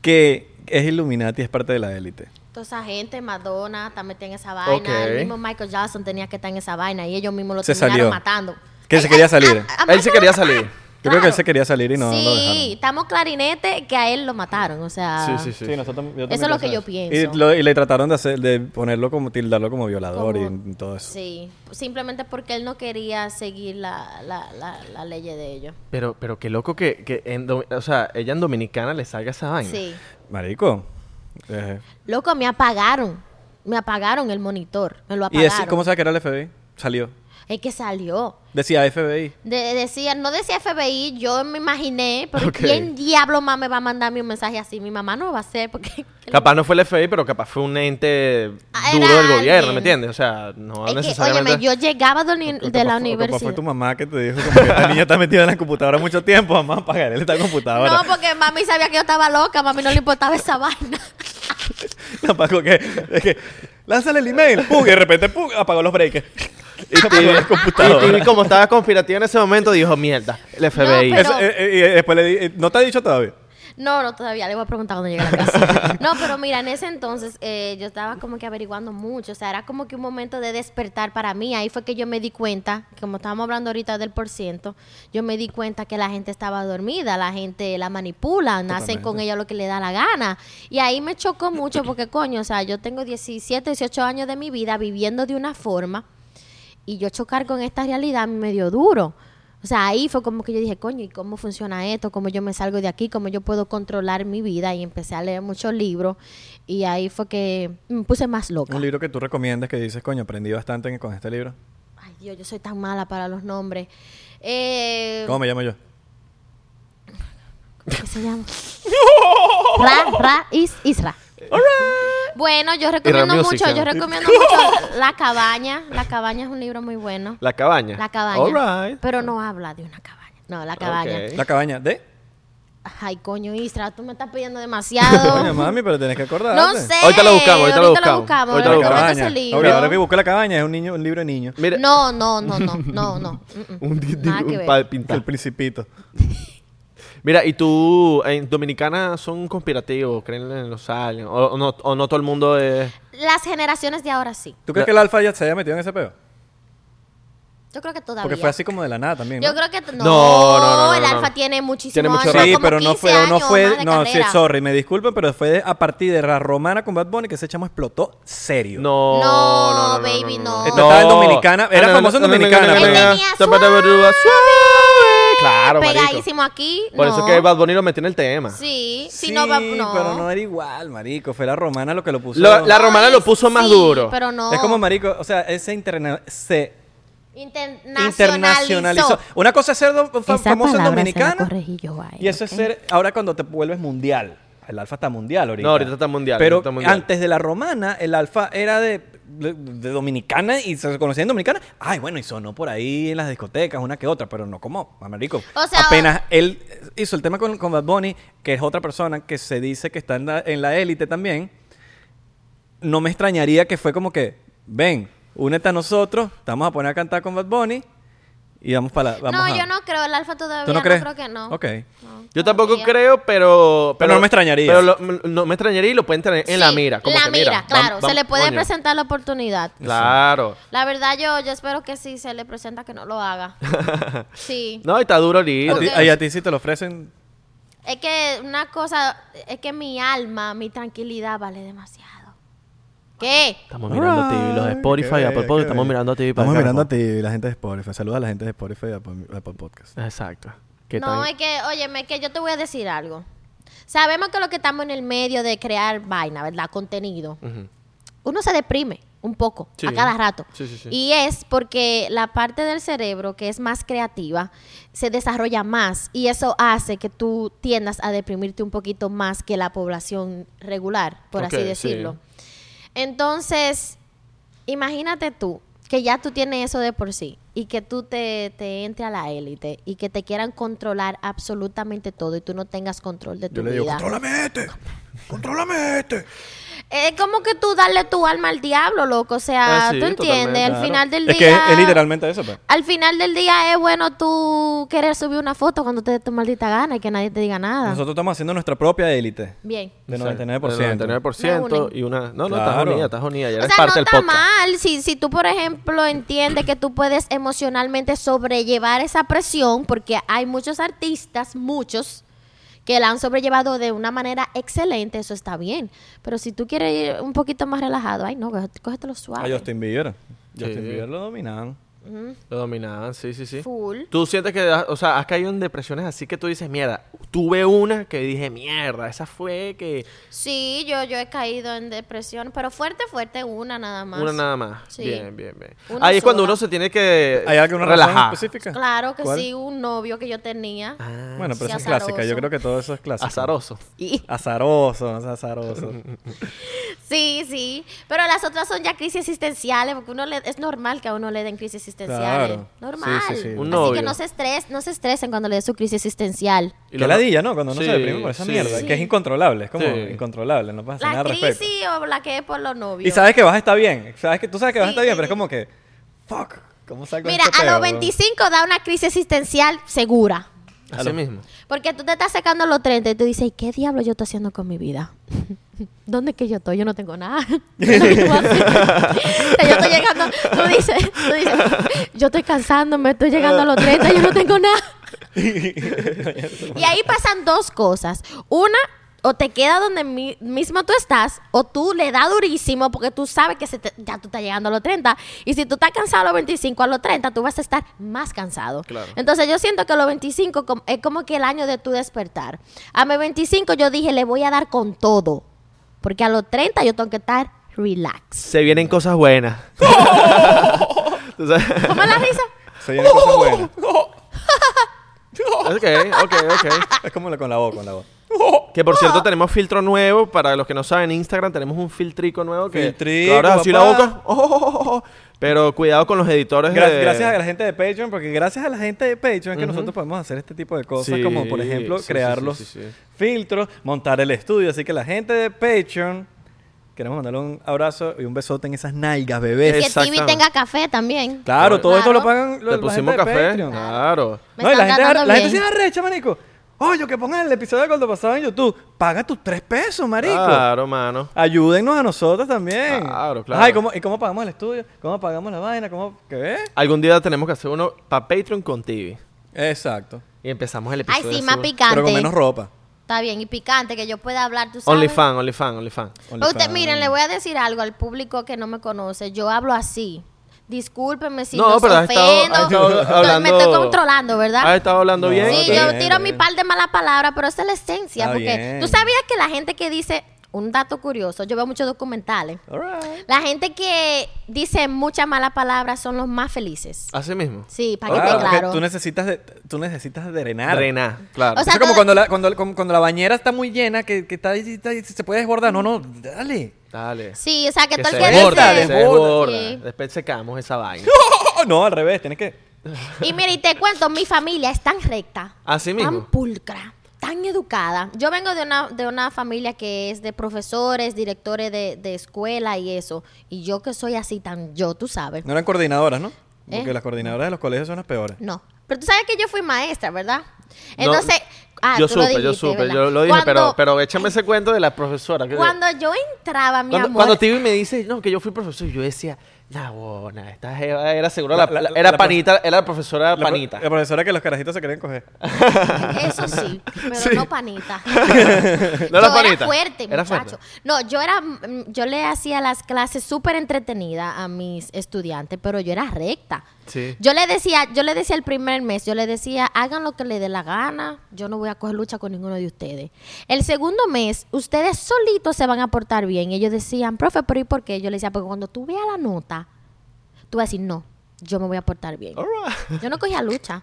C: que es Illuminati, es parte de la élite?
B: toda esa gente, Madonna, está metida en esa vaina. El
A: Ok.
B: mismo Michael Jackson tenía que estar en esa vaina y ellos mismos lo
C: Se
B: terminaron
C: salió.
B: matando.
C: Que se quería salir.
A: Él se
B: Michael-
A: quería salir.
C: Yo creo que él
B: claro.
C: se quería salir y no lo
B: sí,
C: dejaron.
B: estamos clarinete que a él lo mataron, o sea.
A: Sí, sí, sí.
C: nosotros, yo
B: Eso es lo que yo pienso.
C: Y, lo- y le trataron de hacer, de ponerlo como, tildarlo como violador
B: Como-
C: y, y todo eso.
B: Sí, simplemente porque él no quería seguir la, la, la, la ley de ellos.
A: Pero, pero qué loco que, que en do- o sea, ella en Dominicana le salga esa vaina.
B: Sí.
C: Marico. eh,
B: Loco, me apagaron. Me apagaron el monitor. Me lo
C: ¿Y
B: apagaron.
C: ese, cómo sabe que era el FBI? Salió.
B: Es que salió.
C: Decía FBI.
B: De- decía, no decía FBI, yo me imaginé, pero
A: Ok.
B: ¿quién diablo más me va a mandarme un mensaje así? Mi mamá no va a hacer, porque
A: Capaz no fue el FBI, pero capaz fue un ente
B: Ah,
A: duro
B: era
A: del gobierno,
B: alguien.
A: ¿me entiendes? O sea, no
B: es que,
A: necesariamente...
B: óyeme, yo llegaba de, la uni-
C: O
B: de la
C: capaz fue- o capaz fue
B: universidad.
C: tu mamá que te dijo como que esta niña está metida en la computadora mucho tiempo, mamá, apagarle esta computadora.
B: No, porque mami sabía que yo estaba loca, mami no le importaba esa vaina.
C: Apagó que, es que, lánzale el email, pum, y de repente, pum, apagó los breakers. Y apagó la computadora.
A: Y, y como estaba conspirativa en ese momento, dijo, mierda, el FBI.
B: pero-
C: Eso, eh, eh, y después le di, eh, ¿no te ha dicho todavía?
B: No, no, todavía le voy a preguntar cuando llegue a la casa. No, pero mira, en ese entonces eh, yo estaba como que averiguando mucho, o sea, era como que un momento de despertar para mí. Ahí fue que yo me di cuenta, como estábamos hablando ahorita del por ciento, yo me di cuenta que la gente estaba dormida, la gente la manipulan, hacen con ella lo que le da la gana. Y ahí me chocó mucho porque, coño, o sea, yo tengo 17, 18 años de mi vida viviendo de una forma y yo chocar con esta realidad a mí me dio duro. O sea, ahí fue como que yo dije, coño, ¿y cómo funciona esto? ¿Cómo yo me salgo de aquí? ¿Cómo yo puedo controlar mi vida? Y empecé a leer muchos libros y ahí fue que me puse más loca.
C: Un libro que tú recomiendas que dices, coño, aprendí bastante en- con este libro.
B: Ay, Dios, yo soy tan mala para los nombres. Eh,
C: ¿Cómo me llamo yo?
B: ¿Qué se llama? Ra, Ra, Is, Isra. Bueno, yo recomiendo
A: Music,
B: mucho,
A: ¿no?
B: yo recomiendo mucho La Cabaña. La Cabaña es un libro muy bueno.
A: La cabaña.
B: La Cabaña.
A: All right.
B: Pero no habla de una cabaña. No, La Cabaña.
A: Ok.
C: La cabaña de...
B: Ay, coño, Isra, tú me estás pidiendo
C: Coño,
B: demasiado.
C: mami, pero tenés que acordarte.
B: no sé.
A: Ahorita lo buscamos, ahorita lo buscamos.
B: Ahorita
A: Ahorita
B: lo
A: lo
C: La
B: buscamos.
C: cabaña.
B: ese libro.
C: Ok, ahora me busqué la cabaña, es un, niño, un libro de niños.
A: Mira,
B: No, no, no, no, no, no. Mm, mm.
A: un, di- di-
B: Nada que
A: un
B: ver.
A: pa-
C: El
A: pintar.
C: principito.
A: Mira, ¿y tú en Dominicana son conspirativos? ¿Creen en los aliens? ¿O, o no, o no todo el mundo es...?
B: Las generaciones de ahora sí.
C: ¿Tú crees
A: La-
C: que el alfa ya se haya metido en ese peo?
B: Yo creo que todavía.
C: Porque fue así como de la nada también, ¿no?
B: Yo creo que t- no,
A: No, no, no, no,
B: el
A: no,
B: alfa
A: no.
B: tiene muchísimos
A: Tiene mucho
B: años,
A: rato.
C: Sí,
B: como
C: pero no
B: 15
C: fue, no
B: años más
C: fue,
B: de
C: no, sí,
B: carrera.
C: sorry, me disculpen, pero fue de- a partir de la romana con Bad Bunny que ese chamo explotó serio.
A: No,
B: No,
A: no, no, no, no,
B: baby, no.
C: Esto estaba en Dominicana, era famoso en Dominicana,
B: pero- Él tenía suave.
A: Claro, marico.
B: Pegadísimo aquí.
A: Por
B: no.
A: eso que Bad Bunny lo metió en el tema.
B: Sí, si
C: Sí,
B: no va. No.
C: pero no era igual, marico, fue la romana lo que lo puso.
A: Lo- la
B: No,
A: romana
B: es-
A: lo puso más
B: sí,
A: duro.
B: Pero no.
C: Es como marico, o sea, ese interna se internacionalizó.
B: Internacionalizó.
C: Una cosa es ser do- fa- famoso en Dominicana
B: corregí yo a él,
C: y eso es
B: ¿ok?
C: ser ahora cuando te vuelves mundial. El alfa está mundial ahorita.
A: No, ahorita está mundial,
C: Pero
A: ahorita está mundial.
C: antes de la romana, el alfa era de, de- de dominicana y se conocía en dominicana. Ay, bueno, y sonó por ahí en las discotecas, una que otra, pero no como, marico.
B: O sea,
C: apenas él hizo el tema con, con Bad Bunny, que es otra persona que se dice que está en la- en la élite también no me extrañaría que fue como que, ven, únete a nosotros, te vamos a poner a cantar con Bad Bunny y vamos para la... Vamos
B: no,
C: a-
B: yo no creo. El alfa todavía
C: ¿Tú no crees?
B: creo que no.
C: Ok.
B: No,
A: Yo tampoco
B: todavía.
A: creo, pero,
C: no me extrañaría.
A: Pero lo- m- no me extrañaría y lo pueden tener en la
B: Sí,
A: mira. Como
B: la
A: que,
B: mira,
A: mira,
B: claro.
A: vam-
B: se
A: vam-
B: le puede
A: coño.
B: presentar la oportunidad.
A: Claro.
B: La verdad, yo, yo espero que si se le presenta, que no lo haga. Sí.
A: No, y está duro
C: A
A: ahorita.
C: ti,
B: Ok.
C: ay, a ti sí te lo ofrecen...
B: Es que una cosa, es que mi alma, mi tranquilidad vale demasiado. ¿Qué?
A: Estamos mirando TV, los de Spotify,
C: Qué
A: Apple
C: bello,
A: Podcast,
C: qué
A: estamos
C: bello.
A: mirando TV para
C: Estamos
A: acá,
C: mirando a
A: ¿no?
C: ti, la gente de Spotify. Saluda a la gente de Spotify y Apple, Apple Podcast.
A: Exacto. ¿Qué
B: No,
A: tan-
B: es que, óyeme, es que yo te voy a decir algo. Sabemos que lo que estamos en el medio de crear vaina, ¿verdad? Contenido.
A: Ujú.
B: uno se deprime un poco
A: Sí.
B: a cada rato.
A: Sí, sí, sí.
B: Y es porque la parte del cerebro que es más creativa se desarrolla más y eso hace que tú tiendas a deprimirte un poquito más que la población regular, por
A: Ok,
B: así
A: sí.
B: decirlo. Entonces, imagínate tú que ya tú tienes eso de por sí y que tú te, te entre a la élite y que te quieran controlar absolutamente todo y tú no tengas control de tu
C: Yo le
B: vida.
C: digo, contrólame este, contrólame este.
B: Es como que tú darle tu alma al diablo, loco. O sea,
A: Ah, sí,
B: tú entiendes,
A: totalmente,
B: al
A: claro.
B: final del
C: es que es,
B: día.
C: es literalmente eso, pues.
B: Al final del día es bueno tú querer subir una foto cuando te dé tu maldita gana y que nadie te diga nada.
C: Nosotros estamos haciendo nuestra propia élite.
B: Bien.
C: De
A: Exacto,
C: 99%.
A: del 99% y una... No, no, estás
C: Claro.
A: unida, estás unida. Ya
B: O
A: eres
B: sea,
A: parte
B: no
A: del
B: está
A: podcast.
B: mal. Si, si tú, por ejemplo, entiendes que tú puedes emocionalmente sobrellevar esa presión, porque hay muchos artistas, muchos, que la han sobrellevado de una manera excelente, eso está bien. Pero si tú quieres ir un poquito más relajado, ay, no, cógetelo suave.
C: A Justin Ah, Bieber. Justin
A: Sí.
C: Bieber lo dominaban.
A: Lo dominaban, sí, sí, sí.
B: Full.
A: Tú sientes que, o sea, has caído en depresiones así que tú dices, mierda, tuve una que dije, mierda, esa fue que...
B: Sí, yo, yo he caído en depresión, pero fuerte, fuerte, una nada más.
A: Una nada más.
B: Sí.
A: Bien, bien, bien.
B: Una
A: Ahí es cuando
B: sola.
A: uno se tiene que
C: ¿Hay alguna
A: relajar.
C: razón específica?
B: Claro que
C: ¿Cuál?
B: sí, un novio que yo tenía.
A: Ah,
C: Bueno,
B: Sí,
C: pero esa es clásica.
B: azaroso.
C: Yo creo que todo eso es clásico.
A: azaroso.
B: Y-
C: Azaroso, es azaroso.
B: sí, sí. Pero las otras son ya crisis existenciales, porque uno le, es normal que a uno le den crisis existenciales.
C: Claro.
B: Normal.
C: Sí, sí, sí.
A: Un
B: Así
A: novio.
B: que no se, estres, no se estresen cuando le den su crisis existencial.
A: Y
C: Qué
A: lo-
C: ladilla, ¿no? Cuando no
A: Sí,
C: se deprime por esa
A: sí.
C: mierda.
A: Sí.
C: Que es incontrolable. Es como
A: Sí.
C: incontrolable. No pasa nada
B: La
C: al
B: crisis
C: respecto.
B: o la que es por los novios.
C: Y sabes que vas a estar bien. Sabes que, tú sabes que vas a
B: Sí,
C: estar bien,
B: sí,
C: pero es
B: sí.
C: como que... Fuck. ¿Cómo salgo de
B: Mira,
C: este
B: a los
C: pedo, weón?
B: 25 da una crisis existencial segura.
A: Así mismo.
B: Porque tú te estás sacando los 30 y tú dices, ¿y qué diablo yo estoy haciendo con mi vida? ¿Dónde es que yo estoy? Yo no tengo nada. yo estoy llegando, tú dices, tú dices, yo estoy cansándome, estoy llegando a los 30, yo no tengo nada. y ahí pasan dos cosas. Una, o te queda donde mi- mismo tú estás, o tú le da durísimo porque tú sabes que se te- ya tú estás llegando a los 30. Y si tú estás cansado a los 25, a los 30, tú vas a estar más cansado.
A: Claro.
B: Entonces yo siento que los 25 com- es como que el año de tu despertar. A mis 25 yo dije, le voy a dar con todo. Porque a los 30 yo tengo que estar relax.
A: Se vienen cosas buenas. Tú sabes-
B: ¿Cómo la risa?
C: Se vienen cosas buenas.
A: ok, ok, ok.
C: Es como lo- con la voz, con la voz.
A: Que por cierto tenemos filtro nuevo. Para los que no saben, Instagram tenemos un filtrico nuevo que...
C: Filtrico,
A: que ahora así la
C: papá.
A: boca. oh, oh, oh, oh, oh. Pero cuidado con los editores
C: Gra-
A: de-
C: Gracias a la gente de Patreon, porque gracias a la gente de Patreon es que nosotros podemos hacer este tipo de cosas,
A: Sí,
C: como por ejemplo
A: sí, sí,
C: crear
A: sí,
C: los
A: sí, sí.
C: filtros, montar el estudio. Así que la gente de Patreon, queremos mandarle un abrazo y un besote en esas nalgas,
B: Y
C: bebés.
B: que Tibi
A: Exactamente.
B: tenga café también.
C: Claro, todo esto
B: Claro.
C: lo pagan los
A: Te pusimos café. Ah. Claro.
B: Me
C: No, y la
B: están
C: gente,
B: tratando
C: la gente se
B: bien.
C: arrecha, marico. Oye, que pongan el episodio de cuando pasaba en YouTube. Paga tus tres pesos, marico.
A: Claro, mano.
C: Ayúdennos a nosotros también.
A: Claro, claro.
C: Ay, ¿cómo, ¿y cómo pagamos el estudio? ¿Cómo pagamos la vaina? ¿Cómo qué?
A: Algún día tenemos que hacer uno para Patreon con TV.
C: Exacto.
A: Y empezamos el
B: Ay,
A: episodio.
B: sí,
A: así,
B: más
A: ¿no?
B: picante.
C: Pero con menos ropa.
B: Está bien, y picante, que yo pueda hablar, tú sabes.
A: OnlyFan, OnlyFan, OnlyFan.
B: Pero Usted,
C: OnlyFans.
B: miren, le voy a decir algo al público que no me conoce. Yo hablo así. Discúlpenme si
A: No,
B: los
A: pero has
B: ofendo.
A: estado- has estado
B: Estoy-
A: hablando-
B: me estoy controlando, ¿verdad?
A: Has estado hablando
C: No,
A: bien.
C: está
B: Sí,
A: ok.
B: yo
C: bien,
B: tiro
C: está
B: mi
C: bien.
B: par de malas palabras, pero esa es la esencia.
C: Está
B: porque
C: bien.
B: tú sabías que la gente que dice, un dato curioso, yo veo muchos documentales.
C: All right.
B: La gente que dice muchas malas palabras son los más felices.
A: Así mismo.
B: Sí, para
C: Claro,
B: que esté
C: Ah, porque
B: claro.
C: Tú necesitas, de- tú necesitas drenar.
A: Rená, claro.
B: O
C: O
B: sea,
C: sea, como
B: todo-
C: cuando la, cuando, como cuando la bañera está muy llena, que, que está, ahí, está ahí, se puede desbordar. No, no, dale.
A: Dale.
B: Sí, o sea, que,
A: Que
B: todo
A: se
B: el que
A: desborda,
B: dice...
A: se desborda.
B: Sí.
A: Después secamos esa vaina.
C: No, al revés, tienes que...
B: Y mira, y te cuento, mi familia es tan recta,
A: Así
B: tan
A: mismo.
B: pulcra, tan educada. Yo vengo de una, de una familia que es de profesores, directores de, de escuela y eso. Y yo que soy así tan yo, tú sabes.
C: No eran coordinadoras, ¿no? Porque
B: ¿Eh?
C: las coordinadoras de los colegios son las peores.
B: No. Pero tú sabes que yo fui maestra, ¿verdad?
A: No,
B: Entonces... ah,
A: yo
B: tú lo
A: supe, yo
B: dijiste,
A: supe,
B: ¿verdad?
A: yo lo dije, pero,
B: Cuando-
A: pero échame ese cuento de la profesora. que-
B: Cuando yo entraba, mi
A: cuando,
B: amor...
A: cuando Tibi me dice, no, que yo fui profesor, yo decía, nah, buena, esta jeva era seguro la,
C: La- la-
A: era
C: la-
A: panita, era la profesora
C: La pro-
A: panita.
C: La profesora que los carajitos se querían coger.
B: Eso sí, pero
A: Sí.
B: no panita.
A: No era
B: yo
A: panita.
B: era fuerte,
A: Era
B: muchacho.
A: fuerte.
B: No, yo era, mm, yo le hacía las clases súper entretenidas a mis estudiantes, pero yo era recta.
A: Sí.
B: Yo le decía, yo le decía el primer mes, yo le decía, hagan lo que les dé la gana, yo no voy a coger lucha con ninguno de ustedes. El segundo mes, ustedes solitos se van a portar bien. Ellos decían, profe, pero ¿y por qué? Yo le decía, porque cuando tú veas la nota, tú vas a decir, no, yo me voy a portar bien.
A: All right.
B: Yo no cogía lucha.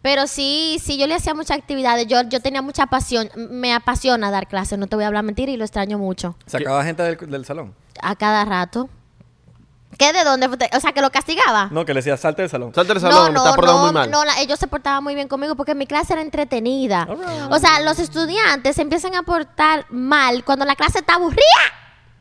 B: Pero sí, sí, yo le hacía muchas actividades. Yo, yo tenía mucha pasión. M- Me apasiona dar clases, no te voy a hablar mentira y lo extraño mucho.
C: Sacaba gente del, del salón.
B: A cada rato. ¿Qué de dónde? fue? O sea, que lo castigaba.
C: No, que le decía, salte del salón.
A: Salte del salón, me está portando muy mal.
B: no, la- ellos se portaban muy bien conmigo porque mi clase era entretenida. O sea, los estudiantes se empiezan a portar mal cuando la clase está aburrida.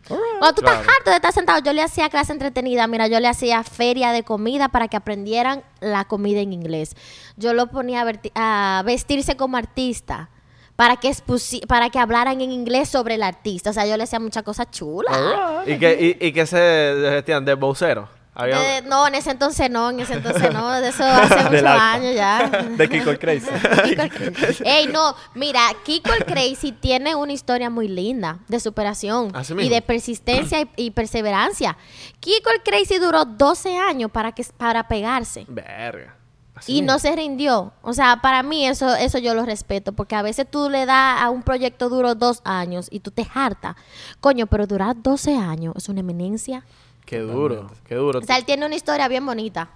B: Cuando tú
A: Claro.
B: estás harto de estar sentado, yo le hacía clase entretenida. Mira, yo le hacía feria de comida para que aprendieran la comida en inglés. Yo lo ponía a, verti- a vestirse como artista. Para que, expusi- para que hablaran en inglés sobre el
A: Ah,
B: artista. O sea, yo le hacía muchas cosas chulas.
A: Y que, y, y que se vestían de vocero. Había-
B: Eh, no, en ese entonces no, en ese entonces no, de eso hace muchos
C: Alfa.
B: años ya.
C: De Kiko el Crazy.
B: Kiko el Crazy. Ey, no, mira, Kiko el Crazy tiene una historia muy linda de superación
A: Así
B: y
A: mismo.
B: de persistencia y, y perseverancia. Kiko el Crazy duró 12 años para que para pegarse
A: Verga. Así
B: y no
A: mismo.
B: se rindió. O sea, para mí eso eso yo lo respeto porque a veces tú le das a un proyecto duro dos años y tú te hartas. Coño, pero durar 12 años es una eminencia.
A: Qué duro, qué duro.
B: O sea, él tiene una historia bien bonita.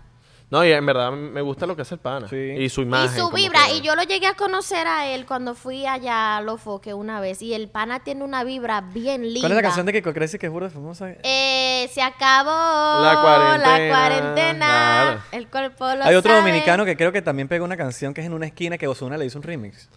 A: No, y en verdad me gusta lo que hace el pana.
C: Sí.
A: Y su imagen.
B: y su
A: como
B: vibra.
A: que-
B: Y yo lo llegué a conocer a él cuando fui allá a Los Foques una vez. Y el pana tiene una vibra bien linda.
C: ¿Cuál es la canción de Kiko el Crazy que es burda de famosa?
B: Eh, se acabó la
A: La
B: cuarentena.
A: cuarentena. Claro.
B: El cuerpo lo
C: Hay otro
B: sabe.
C: dominicano que creo que también pegó una canción que es en una esquina que Ozuna le hizo un remix.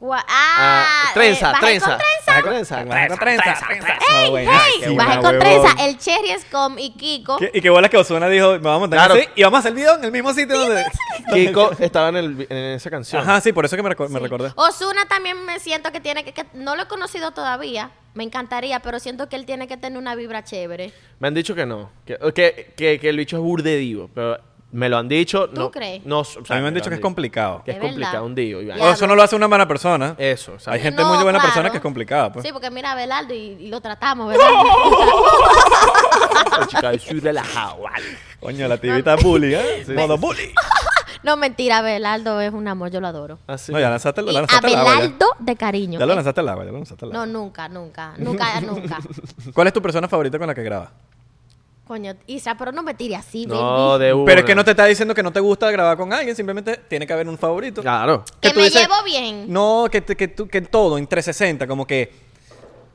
B: Gua-
A: Ah,
B: ah,
A: trenza,
B: eh, bajé
A: trenza.
B: con trenza.
A: Bajé con trenza.
C: Trenza, trenza, trenza. Ah, bueno.
B: Hey,
C: Ah, Qué
B: bajé
C: buena,
B: con
C: huevón.
B: trenza. El Cherry Scum y Kiko.
C: ¿Qué- Y qué bola que Ozuna dijo, me vamos a montar
A: Claro.
C: así y vamos a hacer el video en el mismo sitio donde...
A: Kiko estaba en, el- en esa canción.
C: Ajá, sí, por eso que me, reco- me recordé.
B: Osuna también me siento que tiene que, que- No lo he conocido todavía. Me encantaría, pero siento que él tiene que tener una vibra chévere.
A: Me han dicho que no. Que, que, que, que el bicho es burde divo. Pero me lo han dicho.
B: ¿Tú
A: no,
B: crees?
A: No, o sea,
C: a mí me han
A: lo
C: dicho que es
A: dicho.
C: complicado.
A: Que es
B: Es verdad.
A: complicado un divo. Iván.
B: Ya.
C: Bueno, eso no lo hace una mala persona.
A: Eso, o sea,
C: Hay gente muy buena persona que es complicada, pues.
B: Sí, porque mira a Belardo y, y lo tratamos, ¿verdad?
A: la chica de soy relajado, vale.
C: Coño, la tibita bully, ¿eh? Modo bully.
B: no, mentira, Belardo es un amor, yo lo adoro.
A: Así.
C: No, ya lanzaste,
B: Y
C: lo
B: a
C: lanzaste al agua. ya.
B: Belardo de cariño.
C: Ya lo
B: Eh,
C: lanzaste al agua, ya lo lanzaste al
B: No,
C: agua.
B: nunca, nunca, nunca, nunca.
C: ¿Cuál es tu persona favorita con la que grabas?
B: Coño, Isa, pero no me tire así,
A: no,
B: baby.
A: de una.
C: Pero es que no te está diciendo que no te gusta grabar con alguien, simplemente tiene que haber un favorito.
A: Claro.
B: Que
C: tú
B: me
C: dices,
B: llevo bien.
C: No, que, te- que, tú- que en todo, en 360, como que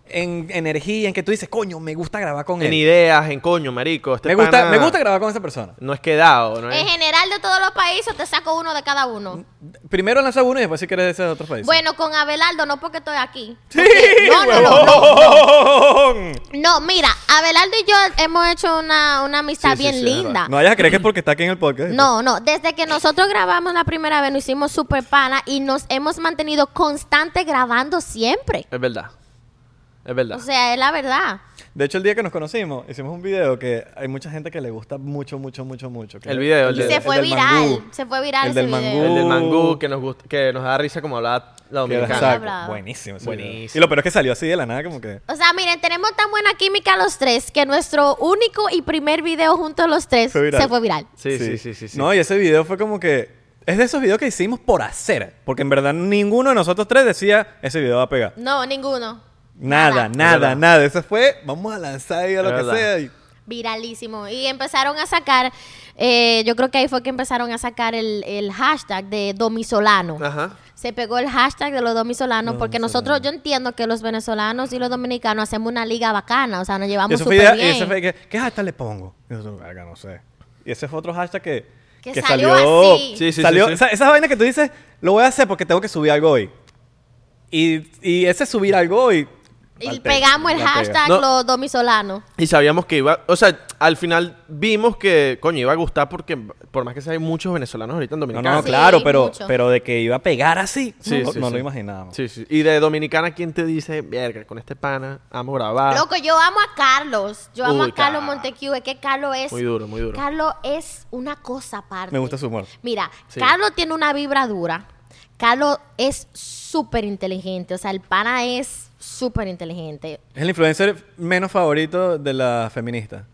C: en energía, en que tú dices, coño, me gusta grabar con
A: En
C: él.
A: ideas, en coño, marico. Este
C: Eh. me, gusta,
A: pana
C: me gusta grabar con esa persona.
A: No es quedado, ¿no eh. es?
B: En general de todos los países te saco uno de cada uno.
C: Primero lanza uno y después si quieres de esos otros países.
B: Bueno, con Abelardo no porque estoy aquí.
C: ¡Sí!
B: Porque- no, no, no, no.
C: huevón!
B: No, mira, Abelardo y yo hemos hecho una, una amistad
A: Sí, sí,
B: bien
A: sí, es
B: linda.
A: verdad.
C: No vayas a creer que es porque está aquí en el podcast.
B: No, no, desde que nosotros grabamos la primera vez nos hicimos super pana y nos hemos mantenido constante grabando siempre.
A: Es verdad. Es verdad.
B: O sea, es la verdad.
C: De hecho, el día que nos conocimos, hicimos un video que hay mucha gente que le gusta mucho, mucho, mucho, mucho. que
A: El video, el
B: Y
A: video.
C: de-
B: se fue
C: del
B: viral,
C: mangú.
B: se fue viral
C: El
B: ese
C: del
B: video.
C: mangú.
A: el del mangú
C: Uh.
A: que nos, gusta, que nos da risa como hablaba la
C: Que era-
A: dominicana.
B: Exacto.
C: Exacto. Buenísimo. ese
A: Buenísimo.
C: video. Y lo peor es que salió así de la nada, como que.
B: O sea, miren, tenemos tan buena química los tres que nuestro único y primer video juntos los tres
C: Fue viral.
B: se fue viral.
A: Sí, sí, sí, sí, sí.
C: No, y ese video fue como que. Es de esos videos que hicimos por hacer. Porque en verdad ninguno de nosotros tres decía, ese video va a pegar.
B: No, ninguno. Nada.
C: Nada, nada,
A: Es verdad.
C: nada. Eso fue, vamos a lanzar y a lo
A: Es
C: que
A: verdad.
C: sea. y-
B: Viralísimo. Y empezaron a sacar, eh, yo creo que ahí fue que empezaron a sacar el, el hashtag de Domisolano.
A: Ajá.
B: Se pegó el hashtag de los domisolanos porque nosotros, yo entiendo que los venezolanos y los dominicanos hacemos una liga bacana, o sea, nos
C: Y
B: llevamos
C: eso fue,
B: súper
C: idea- y
B: bien.
C: eso fue que, ¿qué hashtag le pongo? Y nosotros, verga, no sé. Y ese fue otro hashtag que,
B: Que salió así.
A: Sí, sí,
C: salió,
A: sí, sí.
C: esa- esas vainas que tú dices, lo voy a hacer porque tengo que subir algo hoy. Y, y ese subir algo hoy.
B: Y
C: al
B: pegamos el
C: pecho, la pega.
B: hashtag
A: No.
B: los domisolanos.
A: Y sabíamos que iba, o sea, al final vimos que, coño, iba a gustar porque, por más que sea, hay muchos venezolanos ahorita en
C: No,
A: Dominicana.
C: no, no,
B: Sí,
C: claro, pero,
B: mucho.
C: pero de que iba a pegar así,
A: Sí,
C: no,
A: sí,
C: no
A: sí.
C: lo imaginábamos.
A: Sí, sí. Y de Dominicana, ¿quién te dice, verga, con este pana, amo
C: Ah.
A: grabar?
B: Loco, yo amo a Carlos. Yo amo
A: Uy,
B: a Carlos
A: ca-
B: Montecue. Es que Carlos es.
A: Muy duro, muy duro.
B: Carlos es una cosa aparte.
C: Me gusta su humor.
B: Mira,
A: Sí.
B: Carlos tiene una vibra dura. Carlos es súper inteligente. O sea, el pana es súper inteligente.
C: Es el influencer menos favorito de la feminista.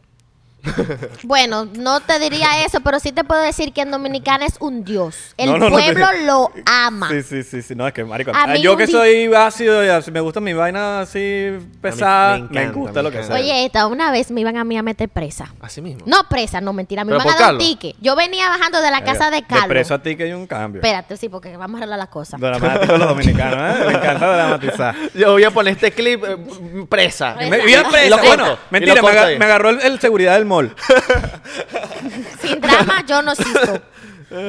B: Bueno, no te diría eso, pero sí te puedo decir que en Dominicana es un dios. El
C: No, no, no,
B: pueblo
C: te-
B: lo ama.
C: Sí, sí, sí, sí. No, es que, marico,
B: A
C: ah,
B: mí
C: yo
B: un
C: que
B: di-
C: soy ácido y así, me gusta mi vaina así pesada,
A: me
C: me,
A: encanta,
C: gusta
A: me
C: lo que
A: encanta.
C: sea.
B: Oye, esta una vez me iban a mí a meter presa.
C: Ah,
A: Así mismo.
B: No presa, no mentira, me
A: Pero
B: iban a
A: por
B: dar un
A: Carlos.
B: ticket. Yo venía bajando de la casa de Carlos.
C: Eh, De preso a ti que hay un cambio.
B: Espérate, sí, porque vamos a arreglar las cosas.
C: Dramático los dominicanos, ¿eh? Me encanta dramatizar.
A: Yo voy a poner este clip eh, presa.
B: Presa.
C: Me, y la presa,
A: Y lo corto,
C: bueno,
A: y lo
C: mentira, me,
A: corto
C: aga-
A: ahí.
C: me agarró el, el seguridad del mall.
B: Sin drama yo no existo.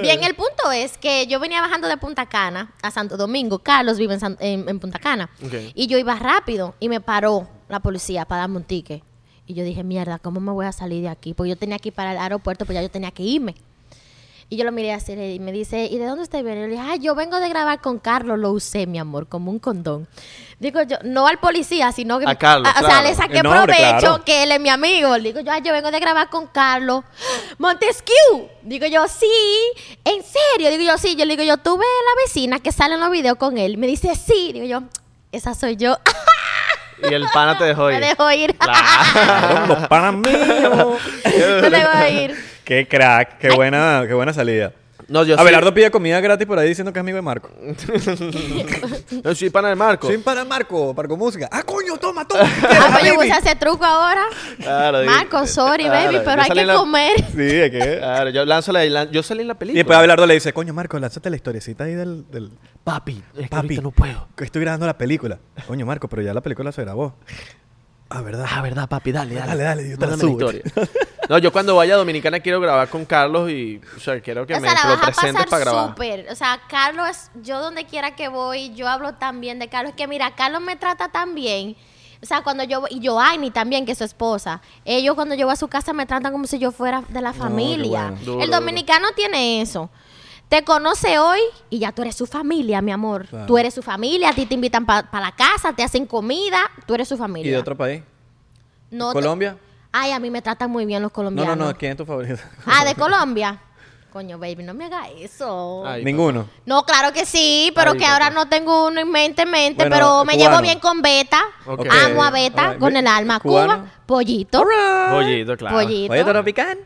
B: Bien, el punto es que yo venía bajando de Punta Cana a Santo Domingo. Carlos vive en, San- en- en Punta Cana.
A: Ok.
B: Y yo iba rápido y me paró la policía para darme un ticket. pues Y yo dije, mierda, ¿cómo me voy a salir de aquí? Porque yo tenía que ir para el aeropuerto, pues ya yo tenía que irme. Y yo lo miré así y me dice, ¿y de dónde usted viene? Y yo le dije, ah, yo vengo de grabar con Carlos, lo usé, mi amor, como un condón. Digo yo, no al policía, sino que...
A: A Carlos,
B: O sea,
A: claro.
B: le saqué
C: No, hombre,
B: provecho
C: claro.
B: que él es mi amigo. Digo yo, ah, yo vengo de grabar con Carlos. Montesquieu. Digo yo, sí, en serio. Digo yo, sí. Yo le digo yo, tuve la vecina que sale en los videos con él. Me dice, sí. Digo yo, esa soy yo.
A: Y el pana te dejó ir.
B: Me dejó ir.
A: Claro.
C: Fueron los panas míos.
B: Me dejó ir.
C: Qué crack,
B: Eh.
C: qué buena, qué buena salida.
A: No, yo
C: Abelardo pide comida gratis por ahí diciendo que es amigo de Marco.
A: soy, yo soy pana de Marco.
C: Soy para Marco, Marco Música. ¡Ah, coño, toma, toma!
B: Ah, oye, usa ese truco ahora.
A: Claro, di-
B: Marco, sorry,
A: claro,
B: baby,
A: yo
B: pero hay
A: salí
B: que
A: en la-
B: comer.
C: Sí, es que...
A: Claro, yo lanzo la, la- yo salí en la
C: Y
A: película.
C: después Abelardo le dice, coño, Marco, lánzate la historiecita ahí del... del...
A: papi, es que
C: Papi,
A: ahorita no puedo.
C: que Estoy grabando la película. Coño, Marco, pero ya la película se grabó. Ah, ¿verdad?
A: Ah, verdad, papi, dale, dale.
C: Dale, dale, yo te la
A: Mándame
C: subo.
A: No, yo cuando vaya a Dominicana quiero grabar con Carlos y, o sea, quiero que
B: o
A: me
B: sea, la
A: lo
B: vas a
A: presentes
B: pasar
A: para grabar.
B: súper. O sea, Carlos, yo donde quiera que voy, yo hablo tan bien de Carlos. Es que mira, Carlos me trata tan bien. O sea, cuando yo y Joanny también, que es su esposa, ellos cuando yo voy a su casa me tratan como si yo fuera de la familia.
C: bueno.
A: Duro,
B: El
A: duro.
B: dominicano tiene eso. Te conoce hoy y ya tú eres su familia, mi amor.
C: Claro.
B: Tú eres su familia, a ti te invitan para la casa, te hacen comida, tú eres su familia.
C: ¿Y de otro país?
B: No te-
C: ¿Colombia?
B: Ay, a mí me tratan muy bien los
C: No,
B: colombianos.
C: no, no, ¿quién es tu favorito?
B: Ah, de Colombia. Coño, baby, no me haga eso.
A: Ay,
C: Ninguno.
B: No, claro que sí, pero
A: Ay,
B: que ahora
A: papá.
B: no tengo uno en mente, en mente,
C: Bueno,
B: pero me
C: cubano.
B: llevo bien con Beta.
A: Ok.
B: Amo a Beta
C: Alright,
B: con
C: ve-
B: el alma.
C: cubano.
B: Cuba, pollito,
A: Pollito, claro.
B: Pollito.
C: Oye, Tropicán.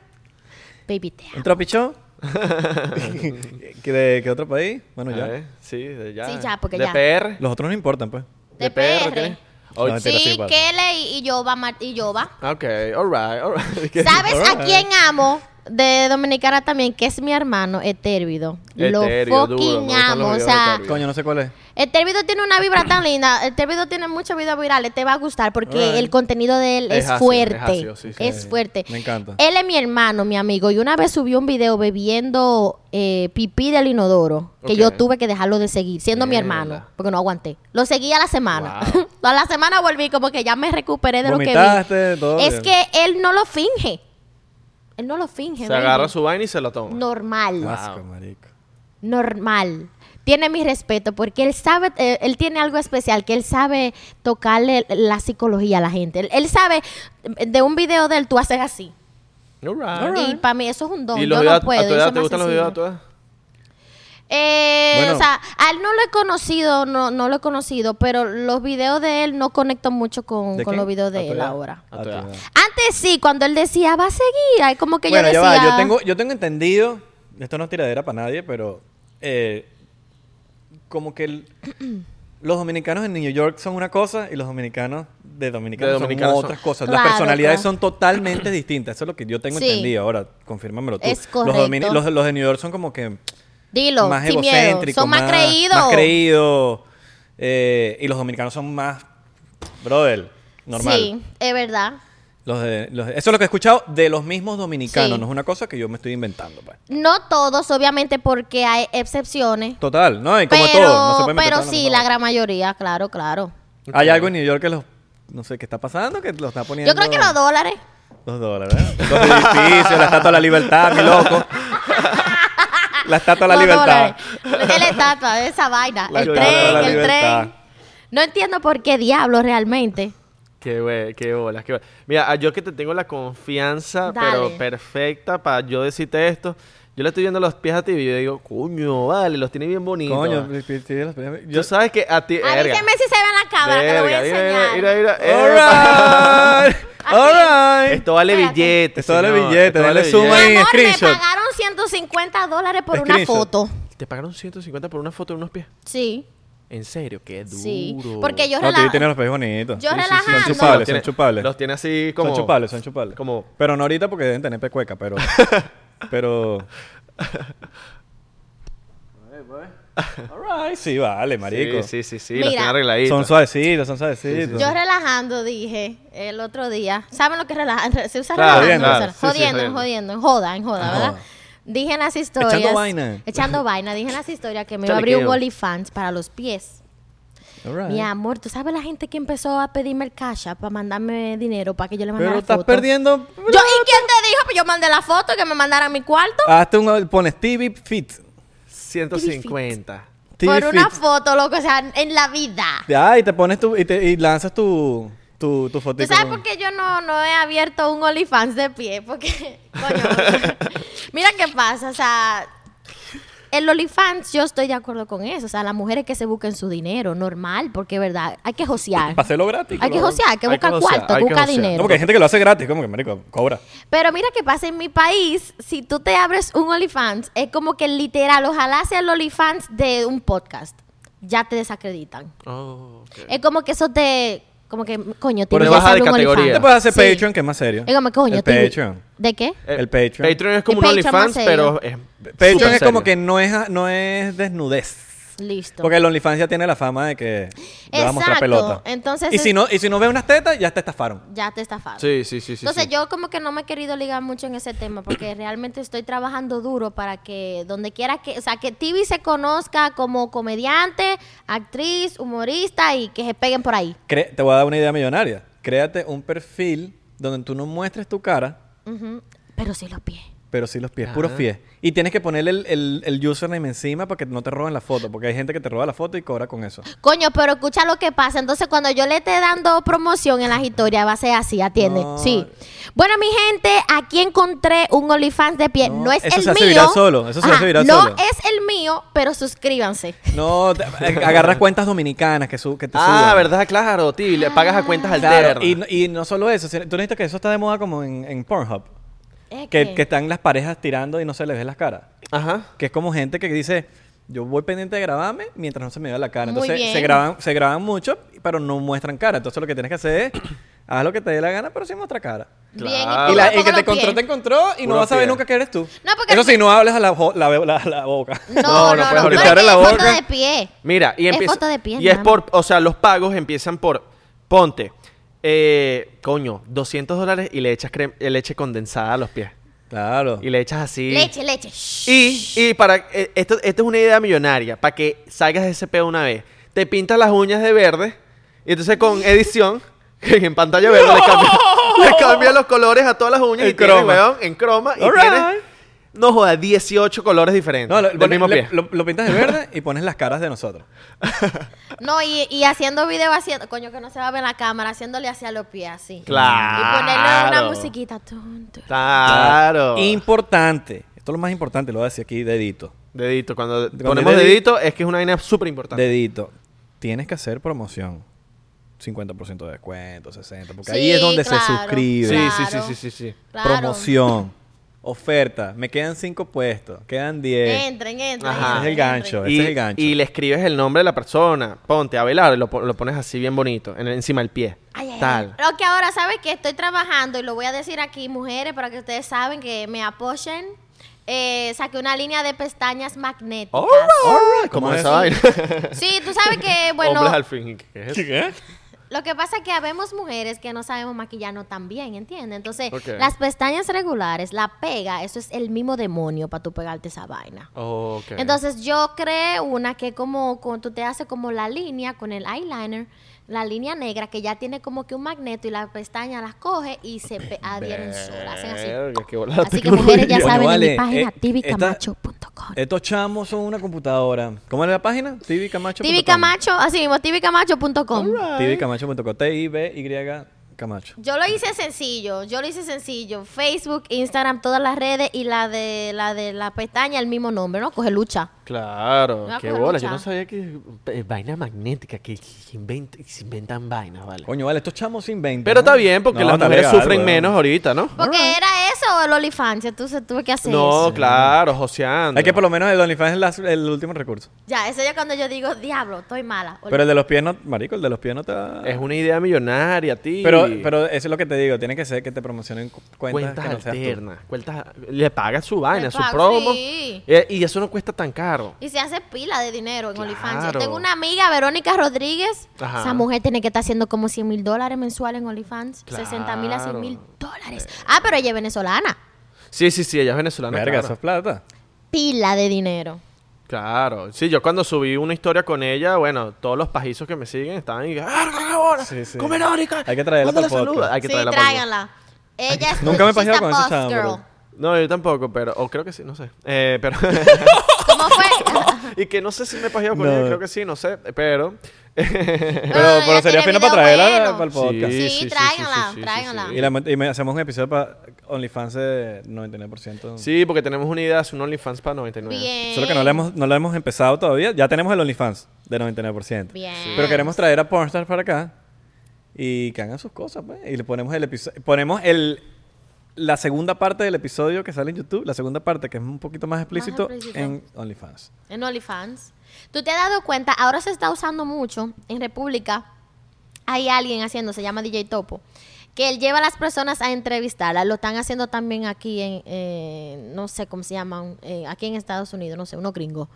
B: baby te amo.
C: ¿Un tropichón? ¿Qué, de, ¿Qué otro país? Bueno,
A: A
C: ya.
A: ver, sí, de ya.
B: Sí, ya, porque
A: de
B: ya.
A: PR.
C: Los otros no importan, pues.
A: De
B: De
A: PR,
B: PR.
A: ¿qué? Oye,
C: No, mentira, sí,
B: Sí,
C: igual.
B: Kelly y Yoba, Mar- y Yoba.
A: Ok, alright, alright.
B: ¿Sabes
C: Alright.
B: a quién amo? De Dominicana también, que es mi hermano, Etérbido. Lo
A: Etérbido, duro, me
B: fucking
A: gustan los
B: amo. O
A: videos de
B: sea,
A: Etérbido.
C: Coño, no sé cuál es.
B: Etérbido tiene una vibra tan linda. Etérbido tiene muchos videos virales. Te va a gustar porque
C: Alright.
B: el contenido de él
A: Es
B: es,
A: ácido, es
B: fuerte. Es,
A: ácido, sí, sí.
C: Ok.
B: fuerte.
C: Me encanta.
B: Él es mi hermano, mi amigo. Y una vez subió un video bebiendo eh, pipí del inodoro. Que
A: Ok.
B: yo tuve que dejarlo de seguir, siendo mi
A: Mierda.
B: hermano. Porque no aguanté. Lo seguí a la semana.
A: Wow.
B: a la semana volví, como que ya me recuperé de
C: Vomitaste,
B: lo que vi.
C: todo
B: es
C: bien.
B: que él no lo finge. Él no lo finge.
A: Se
B: baby.
A: agarra su vaina y se la toma.
B: Normal
C: Asco, marico.
B: normal. Tiene mi respeto porque él sabe, eh, él tiene algo especial, que él sabe tocarle la psicología a la gente. Él, él sabe, eh, de un video de él tú haces así.
A: Alright.
B: Y para mí eso es un don.
A: ¿Y
B: Yo
A: los
B: no
A: videos a-
B: puedo.
A: a tu
B: yo
A: edad
B: soy
A: te
B: más
A: gustan los videos
B: sensible.
A: a tu edad?
B: Eh,
C: Bueno.
B: O sea, a él no lo he conocido, no, no lo he conocido, pero los videos de él no conecto mucho con,
C: ¿De
B: con
C: quién?
B: los videos
C: ¿A
B: de
C: tu
B: él
C: edad?
B: ahora.
A: A tu edad.
B: Antes sí, cuando él decía, va a seguir, ay, como que
C: bueno,
B: yo
C: ya
B: decía...
C: va, yo tengo, yo tengo entendido, esto no es tiradera para nadie, pero eh, como que el- los dominicanos en New York son una cosa y los dominicanos de Dominicana
A: De
C: son
A: dominicanos son-
C: otras cosas.
B: Claro,
C: Las personalidades
B: claro.
C: son totalmente distintas, eso es lo que yo tengo
B: Sí.
C: entendido. Ahora, confírmamelo tú.
B: Es
C: Los, domini-
B: correcto.
C: los, los de New York son como que
B: Dilo,
C: más
B: sin miedo.
C: egocéntricos,
B: Son más, creídos.
C: Más creídos. eh, y los dominicanos son más, brother, normal.
B: Sí, es verdad.
C: Los de- los- eso es lo que he escuchado de los mismos dominicanos,
B: Sí.
C: no es una cosa que yo me estoy inventando. pues.
B: No todos, obviamente, porque hay excepciones.
C: Total, ¿no? Y como
B: Pero,
C: todo, no se puede meter
B: pero
C: todo en
B: sí,
C: misma
B: la
C: boca.
B: gran mayoría, claro, claro.
C: Hay algo en New York que los... No sé qué está pasando, que los está poniendo...
B: Yo creo que los dólares.
C: Los dólares, ¿verdad? Los edificios, la estatua de la libertad, mi loco. La estatua de la
B: los
C: libertad.
B: dólares. Es la estatua, esa vaina.
C: La
B: el
C: estatua de
B: tren,
C: la
B: el
C: libertad.
B: tren. No entiendo por qué diablo realmente.
A: Qué güey, qué bolas, qué bolas. Mira, a yo que te tengo la confianza,
B: Dale.
A: pero perfecta para yo decirte esto. Yo le estoy viendo los pies a ti y yo digo, coño, vale, los tiene bien bonitos.
C: Coño,
A: Coño,
C: yo
A: yo sabes que a ti. verga.
B: Avísenme si se ve en la cámara, que lo voy a
A: Verga, mira,
B: enseñar.
A: mira, mira, mira.
C: All right. All right.
A: Esto vale
B: Espérate.
A: billete.
C: Esto vale
A: señor,
C: billete,
A: esto vale
C: dale zoom
A: billete.
C: ahí.
B: Mi amor,
C: screenshot.
B: me pagaron 150 dólares por una
C: Screenshot.
B: foto.
A: Te pagaron 150 por una foto de unos pies.
B: Sí,
A: En serio, qué duro.
B: sí. Porque yo
C: No,
B: rela-
C: tú tienes los pies bonitos.
B: Yo
C: Sí, sí, sí.
B: relajando.
C: Son
B: Los
C: chupables,
A: tiene-
C: son chupables.
A: Los tiene así como.
C: Son chupables, son chupables.
A: como-
C: Pero no ahorita porque deben tener pecueca, pero... pero... All right, sí, vale, marico.
A: Sí, sí, sí, sí. Los
B: Mira.
A: tiene arregladitos.
C: Son suavecitos, son suavecitos.
B: Yo relajando dije el otro día, ¿saben lo que es relajar? Se usa
A: Claro,
B: relajando,
A: bien,
B: o sea,
A: claro. Sí, sí,
B: jodiendo,
A: jodiendo.
B: jodiendo, en joda, en joda,
C: Ah,
B: ¿verdad?
C: joda.
B: Dije en las historias.
C: Echando vaina.
B: Echando vaina, dije en las historias que me iba a
A: Échale
B: abrir un
A: queo.
B: OnlyFans para los pies.
C: All right.
B: Mi amor, ¿tú sabes la gente que empezó a pedirme el cash para mandarme dinero para que yo le mandara
C: Pero estás
B: fotos?
C: perdiendo.
B: Yo, ¿y quién te dijo, pues yo mandé la foto que me mandaran a mi cuarto.
C: Hazte un, pones TV Fit.
A: 150.
C: TV
B: por una
C: Fit.
B: foto, loco, o sea, en la vida.
C: Ya, y te pones tu, y, te, y lanzas tu, tu, tu
B: ¿Tú
C: fotito.
B: sabes
C: con-
B: por qué yo no, no he abierto un OnlyFans de pie? Porque, coño, mira qué pasa, o sea, el OnlyFans yo estoy de acuerdo con eso, o sea, las mujeres que se busquen su dinero, normal, porque, verdad, hay que josear.
C: Para hacerlo gratis.
B: Hay que
C: claro.
B: josear, hay que
A: Hay que
B: buscar
A: josear,
B: cuarto,
A: hay que
B: buscar
A: josear.
C: No,
B: dinero.
C: porque hay gente que lo hace gratis, como que, marico, cobra.
B: Pero mira qué pasa en mi país, si tú te abres un OnlyFans, es como que literal, ojalá sea el OnlyFans de un podcast, ya te desacreditan.
A: Oh, ok.
B: Es como que eso te, como que, coño,
A: Pero
B: tienes que
A: baja de
B: abrir un
A: categoría.
B: OnlyFans.
A: Te
C: Te puedes hacer
B: Sí.
C: Patreon, que es más serio.
B: Es como, coño,
C: El
B: te-
C: Patreon.
B: ¿De qué?
C: El Patreon.
A: Eh, Patreon es como
B: Y
A: un
B: Patreon más
A: OnlyFans,
B: serio.
A: pero es. es
C: Patreon
A: súper
C: es como
A: serio.
C: que no es, no es desnudez.
B: Listo.
C: Porque el OnlyFans ya tiene la fama de que le va a mostrar
B: Exacto.
C: pelota.
B: Entonces,
C: y si
B: es-
C: no y si no ve unas tetas, ya te estafaron.
B: ya te estafaron.
A: Sí, sí, sí. sí
B: Entonces
A: sí.
B: yo como que no me he querido ligar mucho en ese tema porque realmente estoy trabajando duro para que donde quiera que, o sea, que Tibi se conozca como comediante, actriz, humorista y que se peguen por ahí.
C: Cre- te voy a dar una idea millonaria. Créate un perfil donde tú no muestres tu cara,
B: Ujú. Pero sí los pies.
C: pero sí los pies,
A: Ajá.
C: puros pies. Y tienes que ponerle el, el- el username encima para que no te roben la foto, porque hay gente que te roba la foto y cobra con eso.
B: Coño, pero escucha lo que pasa. Entonces, cuando yo le esté dando promoción en las historias, va a ser así, atiende.
C: No.
B: Sí. Bueno, mi gente, aquí encontré un OnlyFans de pie.
C: No,
B: No, es
C: eso
B: el
C: se hace
B: mío.
C: viral solo, eso se hace viral
B: no
C: solo.
B: es el mío, pero suscríbanse.
C: No, te- eh, agarras cuentas dominicanas que, su- que te
A: Ah,
C: suban.
A: ¿verdad? Claro, ti.
B: Ah,
A: Le pagas a cuentas
C: Claro,
A: alternas.
C: y, no- y no solo eso, sino- tú necesitas que eso está de moda como en, en Pornhub,
B: Es
C: que, que están las parejas tirando y no se les ve las caras.
A: Ajá.
C: Que es como gente que dice, yo voy pendiente de grabarme mientras no se me vea la cara.
B: Muy
C: Entonces se
B: bien.
C: graban, se graban mucho, pero no muestran cara. Entonces lo que tienes que hacer es, haz lo que te dé la gana, pero sin mostrar cara.
B: Bien,
A: Claro.
B: y, pongo-
C: y la, el
B: pongo
C: que te
B: los pies.
C: encontró, te encontró y no
A: Ah, Puro
C: vas a saber
A: pie.
C: nunca que eres tú.
B: No, porque-
C: Eso sí, no hables a la, jo- la, la- la boca.
B: No,
A: No, no
B: no, no.
A: puedes
B: no,
A: abrir.
B: porque
C: la
B: es
C: boca.
B: foto de pie.
A: Mira, y
B: Es
A: empieza.
B: foto de pierna.
A: y es por, o sea, los pagos empiezan por, ponte, eh, coño, 200 dólares y le echas crem- eh, leche condensada a los pies.
C: Claro.
A: Y le echas así.
B: Leche, leche. Shh.
A: Y, y para, eh, esto, esta es una idea millonaria, para que salgas de ese peo una vez. Te pintas las uñas de verde y entonces con edición, en pantalla verde, le cambias le cambias los colores a todas las uñas
C: En
A: y tienes,
C: croma.
A: weón, en croma y
C: Alright.
A: tienes, no joda, 18 colores diferentes
C: No, lo,
A: del
C: pones-
A: mismo
C: le-
A: pie.
C: lo- lo pintas de verde y pones las caras de nosotros.
B: No, y, y haciendo video, haciendo, coño, que no se va a ver la cámara, haciéndole hacia los pies así. Y ponerle una
A: Claro.
B: musiquita. tun, tun.
A: Claro.
C: Ah, Importante. Esto es lo más importante, lo voy a decir aquí, dedito.
A: Dedito, cuando,
C: Cuando
A: ponemos
C: yo le di-
A: dedito es que es una vaina súper importante.
C: Dedito. Tienes que hacer promoción. 50% de descuento, 60%. Porque
B: Sí,
C: ahí es donde se
B: claro,
A: Sí,
C: suscribe.
A: sí, sí,
B: Claro.
A: sí, sí, sí.
B: Claro.
C: Promoción. Oferta. Me quedan 5 puestos. Quedan 10.
B: Entren, entren.
A: Ajá.
C: Es el gancho. Ese
A: Y,
C: es el gancho.
A: y le escribes el nombre de la persona. Ponte a bailar, lo, po- lo pones así bien bonito, en- encima del pie.
B: Ay, ay,
A: Tal.
B: ay. Lo que ahora sabes que estoy trabajando y lo voy a decir aquí, mujeres, para que ustedes saben que me apoyen. Eh, saqué una línea de pestañas magnéticas.
A: Oh, All right,
C: Oh.
A: all right,
C: ¿Cómo
A: Como
C: es?
A: esa vaina.
B: Sí, tú sabes que, Eh, bueno,
A: Hombres al fin. ¿qué es eso?
C: ¿Qué?
B: lo que pasa es que habemos mujeres que no sabemos maquillarnos tan bien, ¿entiendes? Entonces,
A: Ok.
B: las pestañas regulares, la pega, eso es el mismo demonio para tú pegarte esa vaina.
A: Ok.
B: Entonces yo creé una que como con, tú te haces como la línea con el eyeliner, la línea negra que ya tiene como que un magneto y las pestañas las coge y se pe- adhieren solas, hacen así.
A: Verga, qué bola la
B: Así que mujeres
A: tecnología.
B: ya
C: Coño,
B: saben
C: vale,
B: en mi página
C: eh,
B: tibicamacho.com.
A: eh,
C: Estos chamos son una computadora. ¿Cómo era la página? tvcamacho.com.
B: Tibicamacho, así mismo, tibicamacho.com.
C: tvcamacho.com. T-I-B-Y Camacho.
B: Yo lo hice sencillo, yo lo hice sencillo. Facebook, Instagram, todas las redes y la de la de la pestaña el mismo nombre, ¿no? Coge lucha.
A: Claro,
B: Me va a
A: qué
B: coger
A: bola.
B: lucha.
A: Yo no sabía que. eh, vaina magnética, que se invent- se inventan vainas, vale.
C: Coño, vale, estos chamos se inventan.
A: Pero está bien porque
C: No,
A: las
C: está
A: mujeres
C: legal,
A: sufren
C: weón.
A: menos ahorita, ¿no?
B: Porque era eso el OnlyFans, entonces tuve que hacer eso.
A: No, claro, joseando.
C: Es que por lo menos el OnlyFans es la- el último recurso.
B: Ya, eso ya cuando yo digo, diablo, estoy mala.
C: Pero el de los pies no, marico, el de los pies no te da-
A: Es una idea millonaria, tío.
C: Pero, pero eso es lo que te digo, tiene que ser que te promocionen cu- cuentas,
A: cuentas
C: que no seas tú.
A: alternas, cuentas, le pagas su vaina, su
B: pagas,
A: promo.
B: sí.
A: Eh, y eso no cuesta tan caro.
B: Y se hace pila de dinero en OnlyFans. Yo
A: Claro.
B: tengo una amiga, Verónica Rodríguez.
A: Ajá.
B: Esa mujer tiene que estar haciendo como 100 mil dólares mensuales en OnlyFans.
A: Claro.
B: 60 mil a 100 mil dólares.
C: Eh.
B: Ah, pero ella es venezolana.
A: Sí, sí, sí, ella es venezolana.
C: Verga, eso
A: claro.
C: es plata.
B: Ah, Pila de dinero.
A: Claro. Sí, yo cuando subí una historia con ella, bueno, todos los pajizos que me siguen estaban y ¡Ah, qué bola!
C: Sí, sí.
A: ¡Come Verónica!
C: Hay que traerla
A: Mándale
C: pa'l podcast.
A: saludos! Hay que
B: sí,
A: traerla pa'l podcast.
B: tráiganla. Ella es
C: Nunca me he
B: she's
C: paseado
B: a
C: con esa
B: boss
C: chava, pero-
B: girl.
A: No, yo tampoco, pero... O creo que sí, no sé. Eh, pero...
B: ¿Cómo fue?
A: y que no sé si me he pajeado con
C: No.
A: ella, creo que sí, no sé. Pero...
C: Pero,
B: No,
C: pero
B: ella tiene
C: sería fino para
B: video bueno.
C: traerla para el podcast.
B: Sí, tráiganla, tráiganla.
C: Y, la met- y me- hacemos un episodio para OnlyFans de 99%.
A: Sí, porque tenemos una idea, es un OnlyFans para 99.
B: Bien.
C: Solo que no la, hemos, no la hemos empezado todavía. Ya tenemos el OnlyFans de 99%.
B: Bien.
C: Pero queremos traer a Pornstar para acá y que hagan sus cosas, pues. Y le ponemos el episodio. Ponemos el. La segunda parte del episodio que sale en YouTube, la segunda parte que es un poquito más explícito,
B: explícito.
C: en OnlyFans.
B: En OnlyFans. ¿Tú te has dado cuenta? Ahora se está usando mucho en República. Hay alguien haciendo, se llama DJ Topo, que él lleva a las personas a entrevistarlas. Lo están haciendo también aquí en, eh, no sé cómo se llaman, eh, aquí en Estados Unidos, no sé, uno gringo.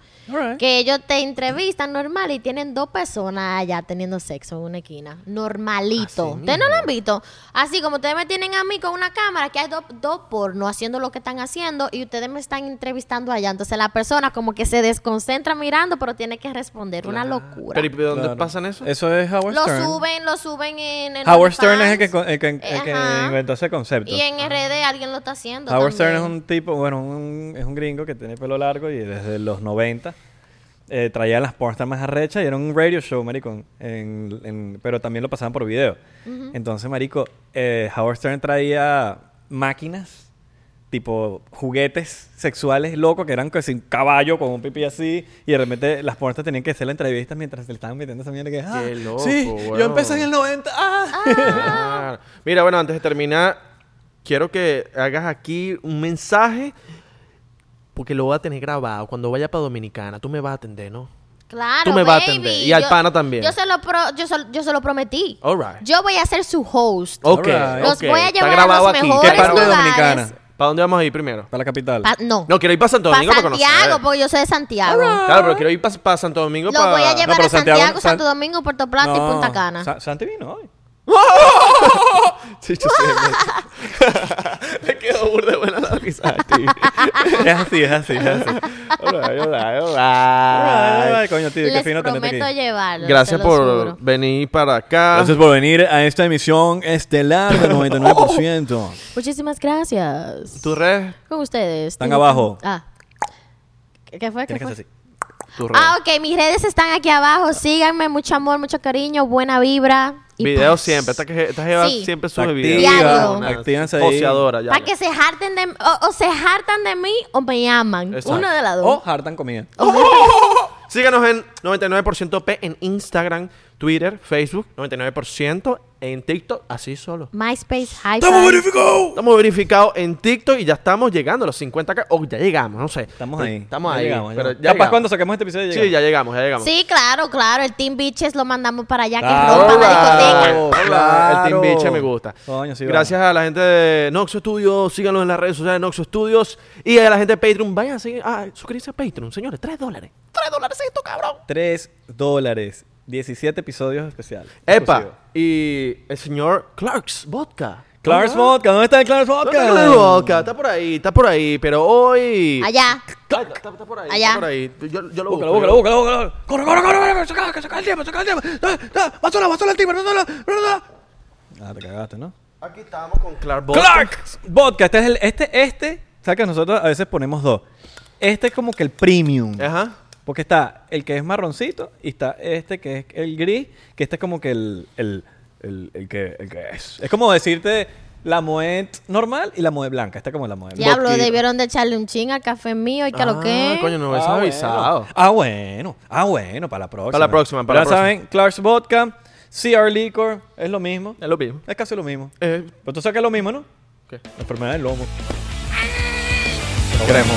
B: Que ellos te entrevistan normal y tienen dos personas allá teniendo sexo en una esquina. Normalito.
A: Así
B: Ustedes no lo
A: mismo.
B: han visto. Así como ustedes me tienen a mí con una cámara, que hay dos dos porno haciendo lo que están haciendo y ustedes me están entrevistando allá. Entonces la persona como que se desconcentra mirando, pero tiene que responder. Una locura.
A: Pero ¿y dónde
C: Claro.
A: pasan eso?
C: Eso es Howard
B: Lo
C: Stern.
B: suben, lo suben en. en
C: Howard Stern es el que,
B: OnlyFans.
C: con- el que- el
B: Eh,
C: que
B: ajá.
C: inventó ese concepto.
B: Y en RD alguien lo está haciendo.
C: Howard Stern es
B: también.
C: un tipo, bueno, un- es un gringo que tiene pelo largo y desde los 90 eh, traía las pornstar más arrechas y era un radio show, marico, en- en- pero también lo pasaban por video. Entonces, marico, eh, Howard Stern traía máquinas, tipo juguetes sexuales locos que eran que sin caballo, con un pipí así, y de repente las pornstar tenían que hacer la entrevista mientras le estaban metiendo esa mierda que, ah,
A: Qué loco,
C: sí, yo
A: weón".
C: empecé en el 90, ah.
A: Claro. Mira, bueno, antes de terminar, quiero que hagas aquí un mensaje, porque lo voy a tener grabado. Cuando vaya para Dominicana, tú me vas a atender, ¿no?
B: Claro,
A: Tú me vas a
B: baby.
A: atender. Y al pana también.
B: Yo se lo, pro- yo se- yo se lo prometí.
A: All right.
B: Yo voy a ser su host.
A: Ok,
C: Alright.
B: Los
A: ok,
B: voy a
A: está
B: llevar a
A: grabado
B: los
A: aquí.
B: mejores
A: ¿Qué parte de
B: lugares.
C: Dominicana?
A: ¿Para dónde vamos a ir primero?
C: Para la capital.
B: Pa- no.
A: No, quiero ir para Santo
B: Para
A: Domingo para conocer.
B: Santiago, porque yo soy de Santiago.
A: Claro, pero quiero ir para Santo Domingo
B: Lo
A: para...
B: voy a llevar
C: pero
B: a Santiago,
C: Santiago-
B: Santo Domingo, Puerto Plata y Punta Cana.
C: Sa- Santi vino hoy.
A: Sí, yo sé. Me quedó burda buena la risa a ti.
C: es así, es así, es así.
A: All right, all right, all right.
C: Ay, ay, coño, tío, qué
B: Les
C: fino tenerte
B: prometo
C: aquí.
B: llevarlo.
A: Gracias
B: se los juro.
A: por venir para acá.
C: Gracias por venir a esta emisión estelar del 99%.
B: Muchísimas gracias.
A: Tu red,
B: Con ustedes.
C: Están
B: Tengo-
C: abajo.
B: Ah. ¿Qué qué fue? ¿Qué
C: Tienes que
B: fue?
C: hacer así.
A: tu red.
B: Ah, ok, mis redes están aquí abajo. Síganme, mucho amor, mucho cariño, buena vibra. y
A: Videos
B: paz.
A: siempre. Esta, que, esta jeva
B: Sí.
A: siempre sube
C: Activa,
A: videos.
B: Diario.
A: Una
C: actívanse ahí.
A: Poseadora, ya.
B: Para que se harten de o, o se hartan de mí o me aman.
A: Exacto. Oh,
B: Una de las dos.
C: O hartan comida.
A: Síganos en 99% P en Instagram, Twitter, Facebook, 99% en TikTok, así solo.
B: MySpace High
C: ¡Estamos
B: Five.
C: verificados!
A: Estamos verificados en TikTok y ya estamos llegando a los 50k. O ya llegamos, no sé.
C: Estamos
A: Pero
C: ahí.
A: Estamos
C: Ya
A: ahí.
C: llegamos,
A: pero
C: ya.
A: ya
C: Capaz
A: llegamos.
C: cuando saquemos este episodio
A: Sí, ya llegamos, ya llegamos.
B: Sí, claro, claro. El Team Bitches lo mandamos para allá que
C: Claro.
B: rompa la discoteca.
A: Claro,
C: discoteca.
A: claro. El Team Biche me gusta.
C: Coño, sí,
A: Gracias a la gente de Noxo Studios. Síganos en las redes sociales de Noxo Studios. Y a la gente de Patreon. Vayan a seguir. Ah, suscribirse a Patreon, señores. 3 dólares. 3 dólares esto, cabrón.
C: 3 dólares. 17 episodios especiales.
A: Epa.
C: Exclusivos.
A: Y el señor Clarks Vodka.
C: Clarks
A: ¿Dónde va?
C: Vodka. ¿Dónde está el Clarks
A: ¿Dónde
C: Vodka?
A: está Clarks Vodka. Está por ahí, está por ahí. Pero hoy.
B: Allá.
A: Está, está- está por ahí.
B: Allá.
A: Está por ahí. Yo, yo lo busco.
C: Búscalo, búscalo, búscalo, búscalo. Corre, corre, corre, corre. Saca, saca, saca el tiempo, saca el tiempo. Da, da, Va sola, va sola el timbre, va sola, va sola. Ah, te cagaste, ¿no?
A: Aquí estamos con Clark Vodka.
C: Clark Vodka. Este es el, este, este, sabes que nosotros a veces ponemos dos. Este es como que el premium.
A: Ajá.
C: Porque está el que es marroncito y está este que es el gris, que este es como que el, el, el, el que, el que es. Es como decirte la moet normal y la moet blanca. Esta es como la moet blanca.
B: Diablo, debieron de echarle un ching al café mío y que lo
A: Ah,
B: que.
A: Coño, no me hubiese
C: Ah, bueno.
A: avisado.
C: Ah, bueno. Ah, bueno, para la próxima.
A: Para la próxima, para
C: ya
A: la próxima.
C: saben, Clark's Vodka, CR Liquor, es lo mismo.
A: Es lo mismo.
C: Es casi lo mismo.
A: Eh,
C: Pero tú sabes que es lo mismo, ¿no?
A: ¿qué?
C: La enfermedad del lomo. Lo queremos.